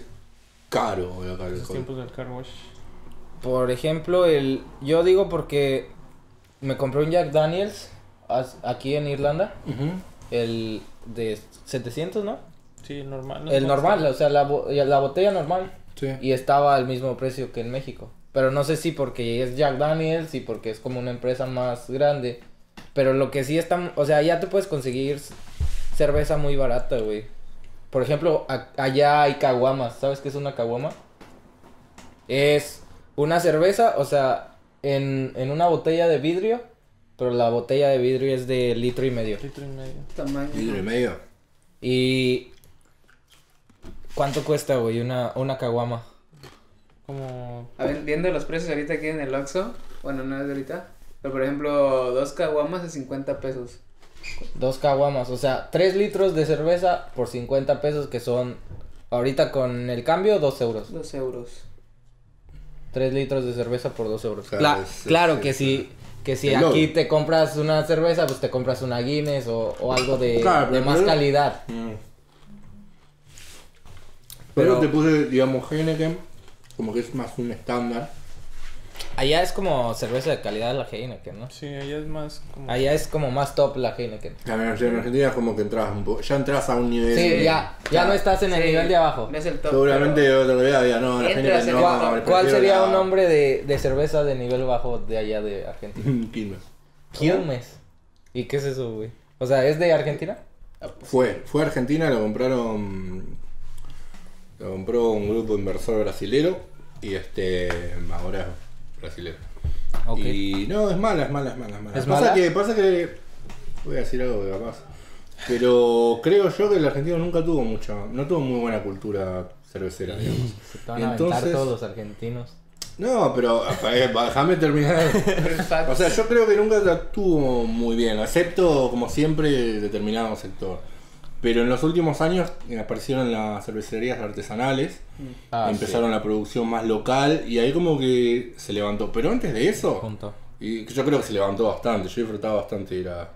S1: caro, boludo, caro.
S3: Los tiempos del car wash.
S2: Por ejemplo, el yo digo porque me compré un Jack Daniels as- aquí en Irlanda,
S1: Ujú.
S2: el de 700, ¿no?
S3: Sí, normal.
S2: El normal, o sea, la, bo- la botella normal.
S1: Sí.
S2: Y estaba al mismo precio que en México. Pero no sé si porque es Jack Daniels y porque es como una empresa más grande. Pero lo que sí está... O sea, ya te puedes conseguir c- cerveza muy barata, güey. Por ejemplo, a- allá hay caguamas. ¿Sabes qué es una caguama? es una cerveza, o sea, en, en una botella de vidrio, pero la botella de vidrio es de litro y medio.
S3: Litro y medio.
S4: Tamaño.
S1: Litro y medio.
S2: Y... ¿Cuánto cuesta, güey, una, una caguama?
S3: Como.
S4: A ver, viendo los precios ahorita aquí en el Oxxo, bueno, no es de ahorita, pero por ejemplo, dos caguamas de 50 pesos.
S2: Dos caguamas, o sea, tres litros de cerveza por 50 pesos que son, ahorita con el cambio, dos euros.
S4: Dos euros.
S2: Tres litros de cerveza por dos euros.
S1: Claro,
S2: Cla-
S1: es-
S2: claro
S1: es-
S2: que
S1: es-
S2: si, que si
S1: es
S2: aquí
S1: logro.
S2: te compras una cerveza, pues te compras una Guinness o, o algo de,
S1: Claro,
S2: de
S1: pero
S2: más
S1: primero-
S2: calidad.
S1: Pero,
S2: Mm. Pero-
S1: te puse, digamos, Heineken, como que es más un estándar.
S2: Allá es como cerveza de calidad la Heineken, ¿no?
S3: Sí, allá es más como.
S2: Allá es como más top la Heineken.
S1: También en Argentina es como que entras un poco, ya entras a un nivel.
S2: Sí,
S1: de-
S2: ya, ya no estás en el
S4: Sí,
S2: nivel de abajo.
S4: No es el top.
S1: Seguramente
S4: pero-
S1: otro día había, no, la
S4: Entras
S1: Heineken
S4: en
S1: no.
S4: el-
S1: Ah, prefiero
S2: ¿Cuál sería
S1: la- *laughs*
S2: un nombre de, de cerveza de nivel bajo de allá de Argentina?
S1: Quilmes.
S2: Quilmes. ¿Y qué es eso, güey? O sea, ¿es de Argentina?
S1: Fue, fue a Argentina, lo compraron. Lo compró un grupo inversor brasilero y este. ahora es brasilero.
S2: Ok.
S1: Y no, es mala, es mala, es mala. Es mala.
S2: ¿Es
S1: pasa
S2: mala?
S1: que. Pasa que. Voy a decir algo que capaz. Pero creo yo que el argentino nunca tuvo mucha. No tuvo muy buena cultura cervecera, digamos.
S2: Se te van a aventar
S1: Entonces-
S2: todos los argentinos.
S1: No, pero. eh, Déjame terminar.
S4: pero es fácil.
S1: O sea, yo creo que nunca la tuvo muy bien, excepto, como siempre, determinado sector. Pero en los últimos años eh, aparecieron las cervecerías artesanales,
S2: Ah,
S1: empezaron la producción más local y ahí como que se levantó. Pero antes de eso,
S2: Punto.
S1: y yo creo que se levantó bastante, yo disfrutaba bastante ir a,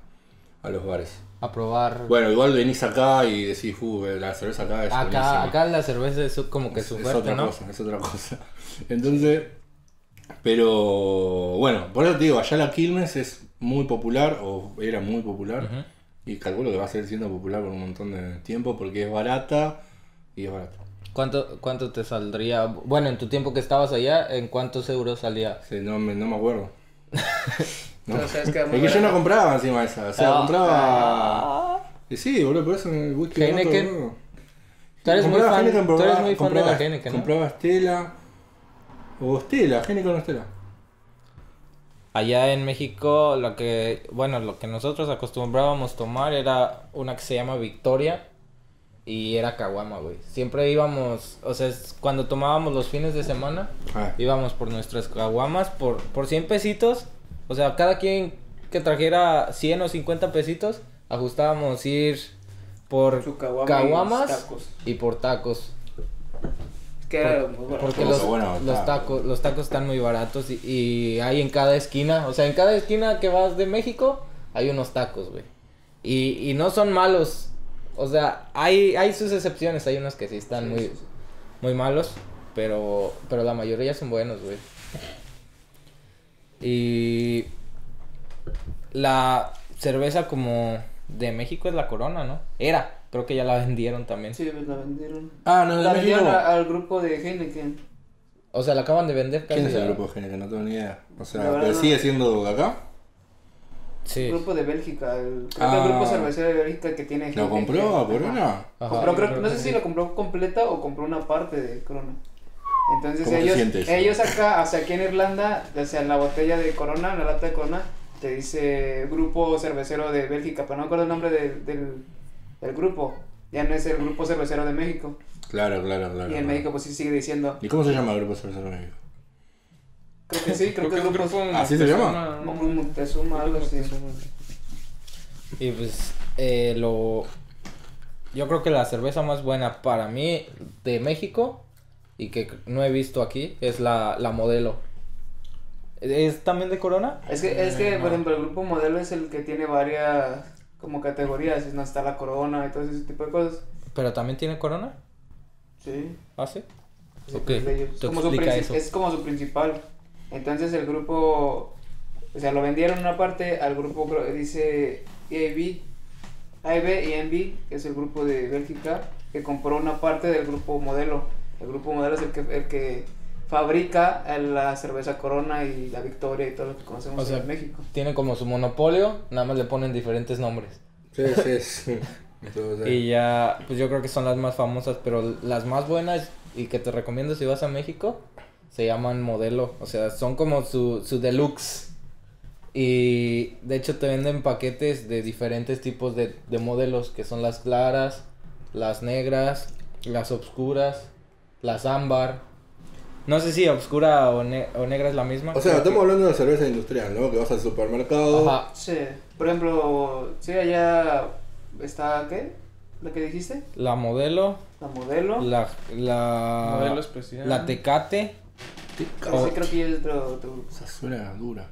S1: a los bares.
S2: A probar.
S1: Bueno, igual venís acá y decís, "Uh, la cerveza acá es
S2: acá,
S1: buenísima".
S2: acá la cerveza es su- como que
S1: Es-
S2: su
S1: es
S2: fuerte,
S1: otra
S2: ¿no?
S1: cosa, es otra cosa. *laughs* Entonces, pero bueno, por eso te digo, allá la Quilmes es muy popular, o era muy popular, y calculo que va a seguir siendo popular por un montón de tiempo porque es barata y es barata.
S2: ¿Cuánto, ¿Cuánto te saldría? Bueno, en tu tiempo que estabas allá, ¿en cuántos euros salía?
S1: Sí, no, me, no me *laughs* acuerdo. No.
S4: Entonces, ¿sabes qué?
S1: Es
S4: Muy
S1: que yo no
S4: barato.
S1: compraba encima esa, o sea,
S2: Ah.
S1: compraba. Y sí, boludo, por eso en el whisky. barato,
S2: Heineken.
S1: boludo.
S2: Tú eres muy
S1: Compraba
S2: fan,
S1: Heineken,
S2: tú eres
S1: compraba-
S2: muy fan de la
S1: compraba-
S2: Heineken, ¿no?
S1: Compraba Estela. O Estela, Heineken o Estela.
S2: Allá en México, lo que, bueno, lo que nosotros acostumbrábamos tomar era una que se llama Victoria y era caguama, güey. Siempre íbamos, o sea, es cuando tomábamos los fines de semana,
S1: Ah.
S2: íbamos por nuestras caguamas por, por 100 pesitos. O sea, cada quien que trajera 100 o 50 pesitos, ajustábamos ir por
S4: Su caguama y
S2: caguamas
S4: tacos.
S2: y por tacos.
S4: Es que era muy barato.
S2: Porque
S1: Cosa
S2: los,
S1: buena,
S2: los
S1: está.
S2: tacos, los tacos están muy baratos y, y hay en cada esquina, o sea, en cada esquina que vas de México hay unos tacos, güey. Y, y no son malos, o sea, hay, hay sus excepciones, hay unos que sí están muy, muy malos, pero, pero la mayoría son buenos, güey. Y la cerveza como de México es la Corona, ¿no? Era, creo que ya la vendieron también.
S4: Sí, pues la vendieron.
S1: Ah, no,
S4: La
S1: de México.
S4: vendieron a- al grupo de Heineken.
S2: O sea, la acaban de vender casi.
S1: ¿Quién es el
S2: ya.
S1: grupo de Heineken? No tengo ni idea. O sea,
S4: La verdad
S1: pero
S4: no.
S1: sigue siendo de acá.
S2: Sí.
S4: El grupo de Bélgica. El, creo que
S1: Ah.
S4: el grupo cervecero de Bélgica que tiene
S1: ¿Lo
S4: Heineken.
S1: compró a
S4: Ajá.
S1: Corona?
S2: Ajá.
S4: Compró, creo- no sé si lo compró completa o compró una parte de Corona. Entonces
S1: ¿Cómo te
S4: ellos,
S1: sientes?
S4: ellos acá, o sea, aquí en Irlanda, o sea, en la botella de Corona, en la lata de Corona, te dice grupo cervecero de Bélgica, pero no me acuerdo el nombre de- del, del grupo. Ya no es el grupo cervecero de México.
S1: Claro, claro, claro.
S4: y en
S1: claro.
S4: México pues sí sigue diciendo,
S1: ¿Y cómo se llama el grupo cervecero de México?
S4: creo que sí, creo,
S3: Creo que es
S4: que
S3: un
S4: el grupo
S3: grupo.
S1: ¿Así se llama?
S3: ¿no?
S4: Como Moctezuma, algo así.
S2: Y pues eh, lo... Yo creo que la cerveza más buena para mí de México y que no he visto aquí es la, la modelo. ¿Es también de Corona?
S4: Es que, es que,
S3: Eh,
S4: por
S3: no.
S4: ejemplo, el grupo modelo es el que tiene varias como categorías, no está la corona y todo ese tipo de cosas.
S2: Pero también tiene Corona.
S4: Sí.
S2: ¿Ah, sí?
S4: Sí,
S2: Ok,
S4: pues, de ellos.
S2: tú
S4: Como su
S2: explica
S4: princi-
S2: eso.
S4: Es como su principal. Entonces el grupo, o sea, lo vendieron una parte al grupo, creo- dice EIB, AIB y ENVI, que es el grupo de Bélgica, que compró una parte del grupo Modelo. El grupo Modelo es el que, el que fabrica eh, la cerveza Corona y la Victoria y todo lo que conocemos
S2: O sea,
S4: en México.
S2: Tiene como su monopolio, nada más le ponen diferentes nombres.
S1: Sí, sí, *laughs* sí. Entonces,
S2: Y ya, pues yo creo que son las más famosas, pero las más buenas y que te recomiendo si vas a México se llaman modelo, o sea, son como su, su deluxe. Y de hecho te venden paquetes de diferentes tipos de, de modelos, que son las claras, las negras, las obscuras, las ámbar. No sé si obscura o, ne- o negra es la
S1: O
S2: misma.
S1: sea,
S2: creo que-
S1: estamos hablando de cerveza industrial, ¿no? Que vas al supermercado.
S2: Ajá.
S4: Sí. Por ejemplo, sí, allá está, ¿qué? ¿La que dijiste?
S2: La modelo,
S4: La modelo.
S2: la, la,
S3: Modelo especial.
S2: la tecate.
S1: Qué
S4: Ese
S1: cabrón.
S4: creo que ya es otro, otro grupo.
S1: Esa suena dura.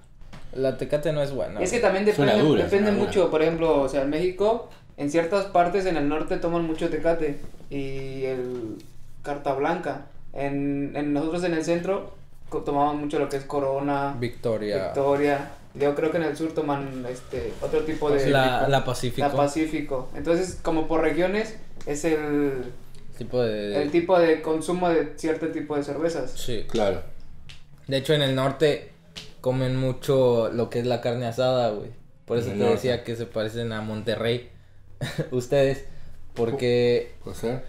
S2: La tecate no es buena.
S4: Es que
S2: güey.
S4: también
S1: Suena
S4: depende,
S1: dura,
S4: depende
S1: suena dura.
S4: mucho, por ejemplo, o sea, en México, en ciertas partes en el norte toman mucho tecate y el carta blanca. En, en nosotros en el centro co- tomamos mucho lo que es corona,
S2: Victoria.
S4: victoria. Yo creo que en el sur toman este otro tipo de
S2: La, la
S4: la
S2: Pacífico.
S4: Pacífico. Entonces, como por regiones, es el,
S2: tipo de...
S4: el tipo de consumo de cierto tipo de cervezas.
S2: Sí.
S1: Claro.
S2: De hecho, en el norte comen mucho lo que es la carne asada, güey. Por eso
S1: En
S2: te
S1: el norte.
S2: decía que se parecen a Monterrey. *laughs* Ustedes. Porque...
S1: O sea,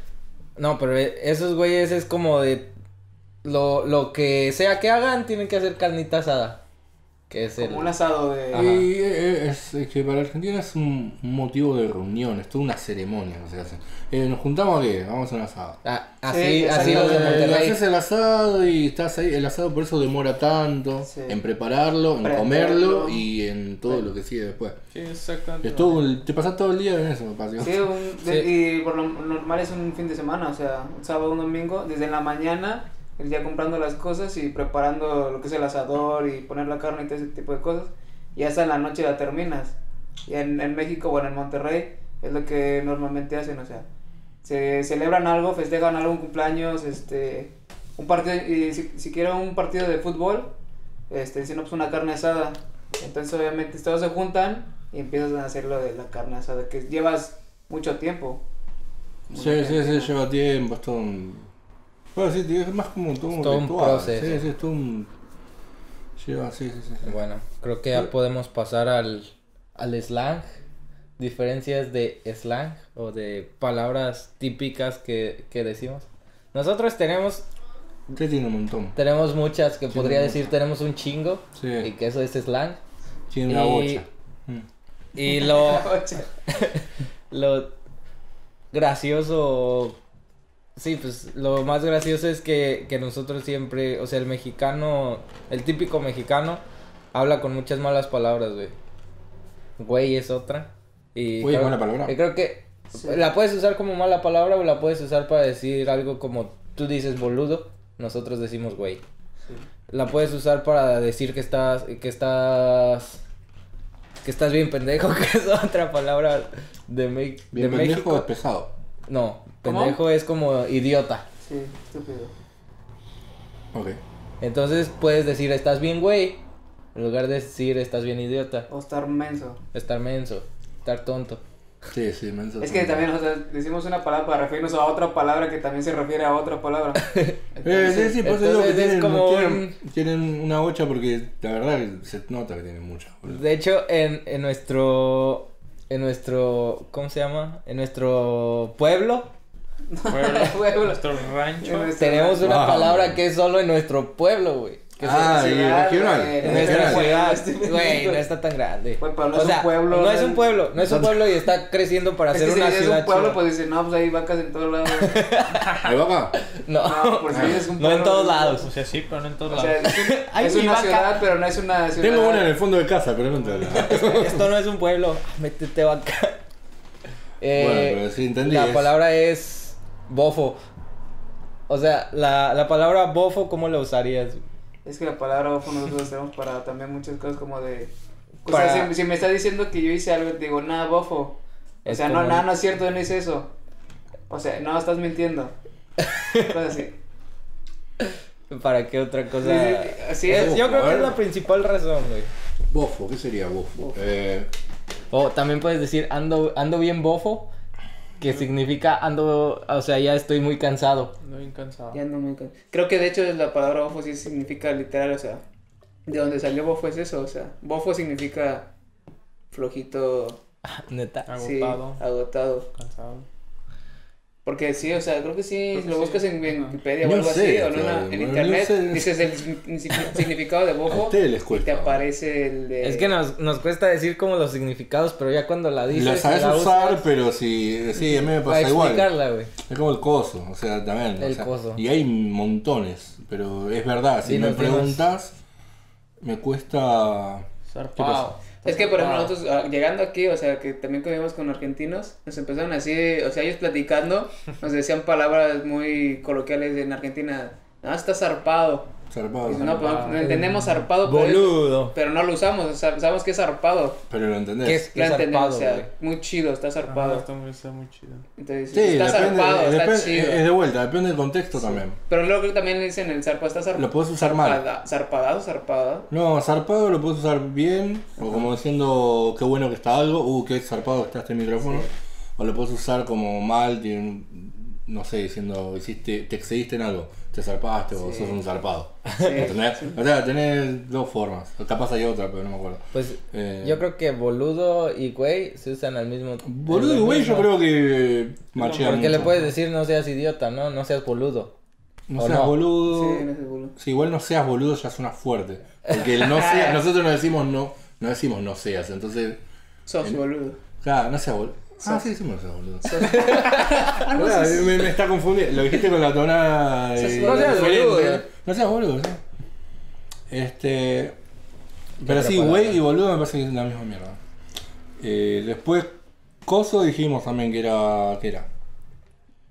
S2: No, pero e- esos güeyes es como de... Lo, lo que sea que hagan, tienen que hacer carnita asada. Que es el...
S4: Como un asado de...
S1: y eh, eh, es, es que para Argentina es un un motivo de reunión, es toda una ceremonia que se hace. Eh, nos juntamos que vamos a un asado.
S2: Ah, así,
S4: Sí,
S2: así los de
S4: exactamente.
S1: Eh,
S2: Monterrey.
S1: haces el asado y estás ahí. El asado por eso demora tanto
S4: Sí.
S1: en prepararlo, en
S4: Prenderlo.
S1: comerlo y en todo lo que sigue después.
S3: Sí, exactamente.
S1: Es todo el- te pasas todo el día en eso, básicamente.
S4: Sí, un- de- y por lo normal es un fin de semana, o sea, un sábado, un domingo, desde la mañana, el día comprando las cosas y preparando lo que es el asador y poner la carne y todo ese tipo de cosas, y hasta en la noche la terminas. Y en, en México, bueno, en Monterrey, es lo que normalmente hacen, o sea, se celebran algo, festejan algo, un cumpleaños, este, un partido, y si, si quiero un partido de fútbol, este, dicen, no, pues una carne asada. Entonces, obviamente, todos se juntan y empiezas a hacer lo de la carne asada, que llevas mucho tiempo.
S1: Sí, sí,
S4: *laughs*
S1: sí, lleva tiempo, es todo un... Bueno, sí, es más como todo un
S2: Es todo un
S1: ritual,
S2: proceso.
S1: Sí, sí, es todo un... Lleva, sí, sí, sí. sí.
S2: Bueno, creo que ya podemos pasar al, al slang. Diferencias de slang o de palabras típicas que, que decimos. Nosotros tenemos,
S1: Usted tiene un montón.
S2: tenemos muchas que
S1: Sí,
S2: podría
S1: no,
S2: decir tenemos un chingo
S1: Sí.
S2: y que eso es slang.
S1: Tiene una
S2: Y-
S1: bocha. Mm. *laughs*
S2: Y lo,
S4: Oye,
S2: lo gracioso. Sí, pues lo más gracioso es que, que nosotros siempre, o sea, el mexicano, el típico mexicano, habla con muchas malas palabras, güey. Güey es otra. Y
S1: Güey es mala palabra.
S2: Y creo que
S4: Sí.
S2: la puedes usar como mala palabra o la puedes usar para decir algo como tú dices boludo, nosotros decimos güey. La puedes usar para decir que estás, que estás, que estás bien pendejo, *laughs* que es otra palabra de, Me-
S1: Bien
S2: de
S1: pendejo es
S2: México.
S1: pesado.
S2: No,
S4: ¿Cómo?
S2: pendejo es como idiota.
S4: Sí, estúpido.
S1: Ok.
S2: Entonces puedes decir estás bien güey, en lugar de decir estás bien idiota,
S4: O estar menso.
S2: estar menso, estar tonto.
S1: Sí, sí, menso.
S4: Es que también, o sea, decimos una palabra para referirnos a otra palabra que también se refiere a otra palabra.
S1: *laughs* Eh,
S4: Entonces,
S1: sí, sí, por eso digo que
S2: entonces
S1: tienen,
S2: es como
S1: tienen, tienen una bocha porque la verdad que se nota que tienen mucha. boludo.
S2: De hecho, en, en nuestro, en nuestro, ¿cómo se llama? En nuestro pueblo
S3: Pueblo,
S4: Pueblo.
S3: nuestro rancho.
S4: en nuestra-
S2: tenemos una
S1: Ah,
S2: palabra
S1: güey.
S2: que es solo en nuestro pueblo, güey. Que se-
S1: Ah, y
S4: ciudad,
S1: regional.
S4: eh,
S2: En
S4: nuestra
S2: nuestra
S1: regional.
S4: ciudad,
S2: ciudad,
S4: estoy
S2: güey,
S4: viendo.
S2: no está tan grande.
S4: Este Güey, pero no es un pueblo,
S2: No es
S4: ¿no?
S2: un pueblo, no es un pueblo y está creciendo para
S4: Es
S2: ser
S4: que si
S2: una
S4: dices
S2: ciudad.
S4: un pueblo,
S2: chida.
S4: pues dicen, no, pues hay vacas en todos lados.
S1: Ahí va acá.
S2: No,
S4: No, por si dices un
S2: no
S4: pueblo.
S2: en todos lados.
S3: O sea, sí, pero no en todos
S4: O
S3: lados.
S2: *laughs*
S4: sea, es, un-
S2: Ay,
S4: es
S2: mi
S4: una
S2: vaca.
S4: ciudad, pero no es una ciudad.
S1: Tengo una en el fondo de casa, pero no te la.
S2: *laughs*
S1: bueno,
S2: Esto no es un pueblo. Ah, Métete vaca. Eh,
S1: pero sí entendí.
S2: la
S1: es-
S2: palabra es bofo. O sea, la, la palabra bofo, ¿cómo la usarías?
S4: Es que la palabra bofo nosotros la usamos para también muchas cosas como de... O
S2: Para-
S4: sea, si, si me está diciendo que yo hice algo, te digo, nada, bofo. O
S2: Es
S4: sea, no,
S2: como-
S4: nada, no es cierto, no hice eso. O sea, no,
S2: *laughs*
S4: estás mintiendo. Cosas así.
S2: ¿Para qué otra cosa?
S4: Sí, sí, así
S2: Es-
S1: es.
S2: yo creo que
S1: Bofo,
S2: es
S1: a
S2: la
S1: ver.
S2: principal razón, güey.
S1: Bofo, ¿qué sería bofo? Eh,
S2: O también puedes decir ando, ando bien bofo, que significa ando, o sea, ya estoy muy cansado.
S4: *laughs*
S3: Ando bien cansado.
S4: Ya no me... Creo que de hecho la palabra bofo sí significa literal, o sea... De donde salió bofo es eso, o sea... Bofo significa flojito,
S2: Neta.
S3: Agotado.
S4: agotado.
S3: Cansado.
S4: Porque sí, o sea, creo que sí,
S3: Creo
S4: si
S3: que
S4: lo
S3: sí.
S4: buscas en, en
S3: Ajá.
S4: Wikipedia o
S1: No
S4: algo
S1: sé,
S4: así, o en,
S1: claro,
S4: una- en
S1: no
S4: internet,
S1: sé. Este
S4: dices el sin- sin- significado de
S1: A
S4: bojo
S1: ustedes les
S4: y
S1: cuesta.
S4: te aparece el de...
S2: Es que nos, nos cuesta decir como los significados, pero ya cuando la dices.
S1: La sabes
S2: la
S1: usar,
S2: usas
S1: pero si. Sí, a mí me
S2: para
S1: pasa igual.
S2: explicarla, güey.
S1: Es como el coso, o sea, también. o
S2: El
S1: sea,
S2: coso.
S1: Y hay montones, pero es verdad, si
S2: Dinos,
S1: me
S2: dinos.
S1: preguntas, me cuesta.
S3: Zarpado.
S4: Es que, por ejemplo,
S3: Zarpado.
S4: nosotros ah, llegando aquí, o sea, que también convivimos con argentinos, nos empezaron así, o sea, ellos platicando, nos decían palabras muy coloquiales en Argentina. Ah, está zarpado.
S1: zarpado.
S4: Dice, no, pues,
S3: zarpado.
S4: no entendemos zarpado, pero,
S2: Boludo.
S4: pero no lo usamos, o sea, sabemos que es zarpado.
S1: Pero lo entendés.
S2: ¿Qué es?
S4: Lo entendemos,
S2: zarpado,
S4: o sea,
S2: güey.
S4: muy chido, está
S3: Zarpado.
S4: zarpado.
S3: Está muy, está muy chido.
S4: Entonces,
S1: Sí,
S4: está
S1: depende,
S4: zarpado,
S1: depende-
S4: está chido.
S1: es de vuelta, depende del contexto también.
S4: Pero luego creo que también le dicen el zarpa, está zarpado.
S1: Lo puedes usar mal. *laughs*
S4: Zarpadado, zarpado.
S1: No, zarpado lo puedes usar bien, o como diciendo qué bueno que está algo, uh, qué zarpado que está este micrófono. O lo puedes usar como mal, tiene un- no sé, diciendo, hiciste, te excediste en algo, te zarpaste o sos un
S2: *laughs*
S1: zarpado. ¿Entendés? O sea, tenés dos formas. Capaz hay otra, pero no me acuerdo.
S2: Pues
S1: Eh,
S2: yo creo que boludo y güey se usan al mismo
S1: Boludo y güey, yo creo que machea
S2: Porque le
S1: mucho.
S2: puedes decir no seas idiota, ¿no? No seas boludo.
S1: No
S2: o
S1: seas
S2: no.
S1: boludo.
S4: Sí, no sé, boludo.
S1: Si igual no seas boludo ya suena fuerte. Porque el no
S4: *laughs*
S1: sea, nosotros no decimos no, no decimos no seas. Entonces,
S4: Sos boludo.
S1: claro, no seas boludo. Ah, sí, decimos no seas boludo.
S4: *laughs*
S1: Pará, me, me está confundiendo. Lo dijiste con la tonada.
S4: Sos
S1: eh,
S4: boludo. No seas
S1: diferente.
S2: boludo.
S1: No seas boludo, sí. Este. Pero
S2: otra
S1: sí,
S2: palabra?
S1: güey y boludo me parece que es la misma mierda. Eh, después, coso dijimos también que era. Que era.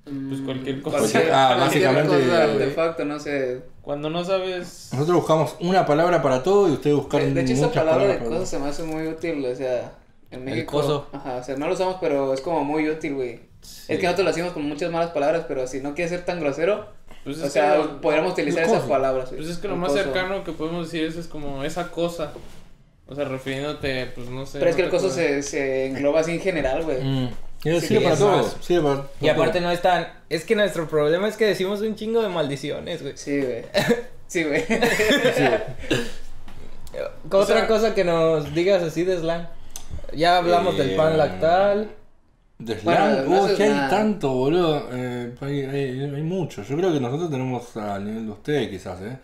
S3: Pues cualquier cosa.
S4: Mm, Cualquier,
S1: Ah,
S4: cualquier
S1: básicamente- eh,
S4: cosa, artefacto, no sé.
S3: Cuando no sabes.
S1: Nosotros buscamos una palabra para todo y ustedes buscaron
S4: De hecho, esa
S1: muchas
S4: palabra
S1: palabras
S4: de
S1: para
S4: coso se me hace muy útil, o sea, en México.
S2: coso.
S4: Ajá, o sea, no lo usamos, pero es como muy útil, güey. Es que nosotros lo hacemos con muchas malas palabras, pero si no quieres ser tan grosero,
S3: Pues
S4: o
S3: es
S4: sea,
S3: que lo-
S4: podríamos utilizar
S1: el
S4: esas
S1: coso.
S4: palabras. güey.
S3: Pues es que lo
S4: El
S3: más
S4: coso.
S3: cercano que podemos decir es, es como esa cosa. O sea, refiriéndote, pues no sé.
S4: Pero es
S3: no
S4: que
S3: te
S4: el coso
S3: acuerdas.
S4: se, se engloba así en general, güey.
S1: Mm. Sirve
S4: Sí,
S1: para
S4: es
S1: todo.
S4: más.
S1: Sirve para
S2: Y aparte no están. Es que nuestro problema es que decimos un chingo de maldiciones, güey.
S4: Sí, güey. *laughs* Sí, güey.
S2: Otra
S3: O sea-
S2: cosa que nos digas así de slang. Ya hablamos del pan
S1: Eh,
S2: lactal.
S1: De
S4: Bueno,
S1: slang,
S4: no
S1: oh,
S4: haces
S1: que hay
S4: nada.
S1: tanto, boludo. Eh, hay, hay, hay mucho. Yo creo que nosotros tenemos a nivel de ustedes, quizás, ¿eh?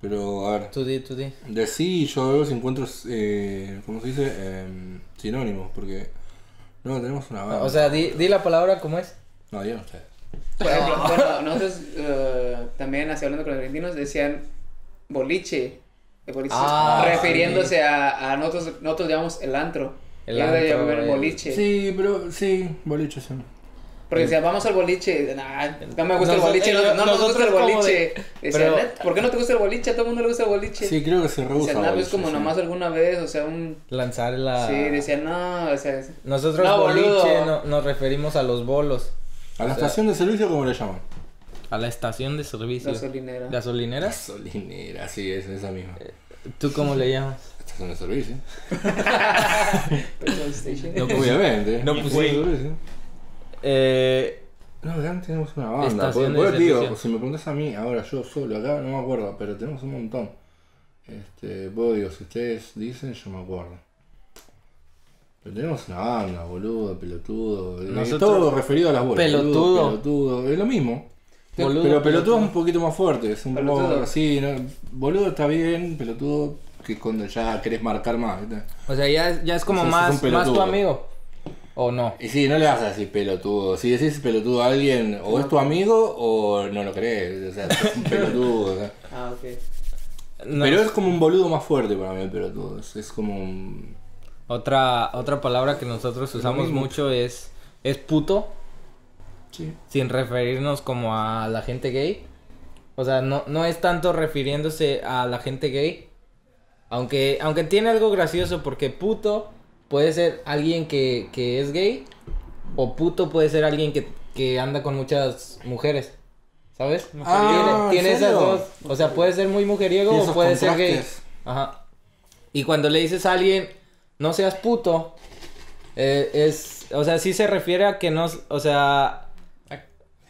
S1: Pero, a ver.
S2: Tú di, tú di.
S1: De sí, yo veo si encuentro, eh, ¿cómo se dice? Em, sinónimos, porque. No, tenemos una banda.
S2: O sea, di, di la palabra como es.
S1: No, digan ustedes.
S4: Por ejemplo, bueno, nosotros eh, también, así hablando con los argentinos, decían boliche. El boliche
S2: Ah,
S4: refiriéndose a, a nosotros, nosotros llamamos el antro.
S2: El
S4: El antro.
S2: antro, el-
S4: boliche.
S1: Sí, pero sí, boliche, sí.
S4: Porque decían, vamos al boliche. Nah, no me gusta el
S2: Nosotros-
S4: boliche, no,
S2: eh,
S4: no nos gusta
S2: nosotros
S4: el
S2: como
S4: boliche.
S2: de-
S4: Decían,
S2: pero-
S4: "Neta, ¿por qué no te gusta el boliche? A todo el mundo le gusta el boliche.
S1: Sí, creo que se rehúsa.
S4: decían, no, pues
S1: boliche,
S4: como
S1: sí.
S4: nomás alguna vez, o sea, un.
S2: Lanzar la.
S4: Sí, decían, no, o sea. es-
S2: Nosotros
S4: No,
S2: boliche
S4: boludo.
S2: no- nos referimos a los bolos.
S1: A la estación de servicio, ¿cómo le llaman?
S2: A la estación de servicio.
S4: Gasolinera.
S2: ¿Gasolineras?
S1: Gasolinera, sí, es esa misma.
S2: ¿Tú cómo
S1: *laughs*
S2: le llamas?
S1: Estación de servicio.
S4: petrol station.
S2: *laughs* No, pues,
S1: Obviamente.
S2: No, pues, sí. eh,
S1: No, acá tenemos una banda.
S2: Estación
S1: Por,
S2: de
S1: por eso te digo,
S2: servicio.
S1: si me preguntas a mí, ahora yo solo acá, no me acuerdo, pero tenemos un montón. Este, vos digo, si ustedes dicen, yo me acuerdo. Pero tenemos una banda, boludo, pelotudo. eh,
S2: Nosotros-
S1: Todo referido a las bolas. boludo,
S2: Pelotudo.
S1: pelotudo, es lo mismo.
S2: Boludo,
S1: pero pelotudo,
S2: pelotudo.
S1: es un poquito más fuerte, es un poco
S4: Pelotudo.
S1: así. ¿no? Boludo está bien, pelotudo, que cuando ya querés marcar más. ¿viste?
S2: o sea, ya, es- ya es como
S1: Ese es
S2: más,
S1: un
S2: más tu
S1: pelotudo.
S2: amigo. ¿O no?
S1: Y sí, no le vas a decir pelotudo. Si decís pelotudo a alguien, o es tu amigo o no lo crees. O sea, es un pelotudo. o sea.
S4: Ah, ok.
S2: *laughs* No.
S1: Pero es como un boludo más fuerte para mí el pelotudo. Es, es como un.
S2: Otra, otra palabra que nosotros usamos
S1: mismo.
S2: mucho es, es puto,
S1: Sí.
S2: sin referirnos como a la gente gay. O sea, no, no es tanto refiriéndose a la gente gay. Aunque, aunque tiene algo gracioso porque puto puede ser alguien que, que es gay o puto puede ser alguien que, que anda con muchas mujeres. ¿Sabes?
S1: Ah,
S2: tiene
S1: ¿en
S2: tiene esas
S1: serio?
S2: dos. O sea, puede ser muy mujeriego
S1: Sí,
S2: o
S1: esos
S2: puede ser gay.
S1: contrastes.
S2: Ajá. Y cuando le dices a alguien, no seas puto, eh, es, o sea, sí se refiere a que no, o sea,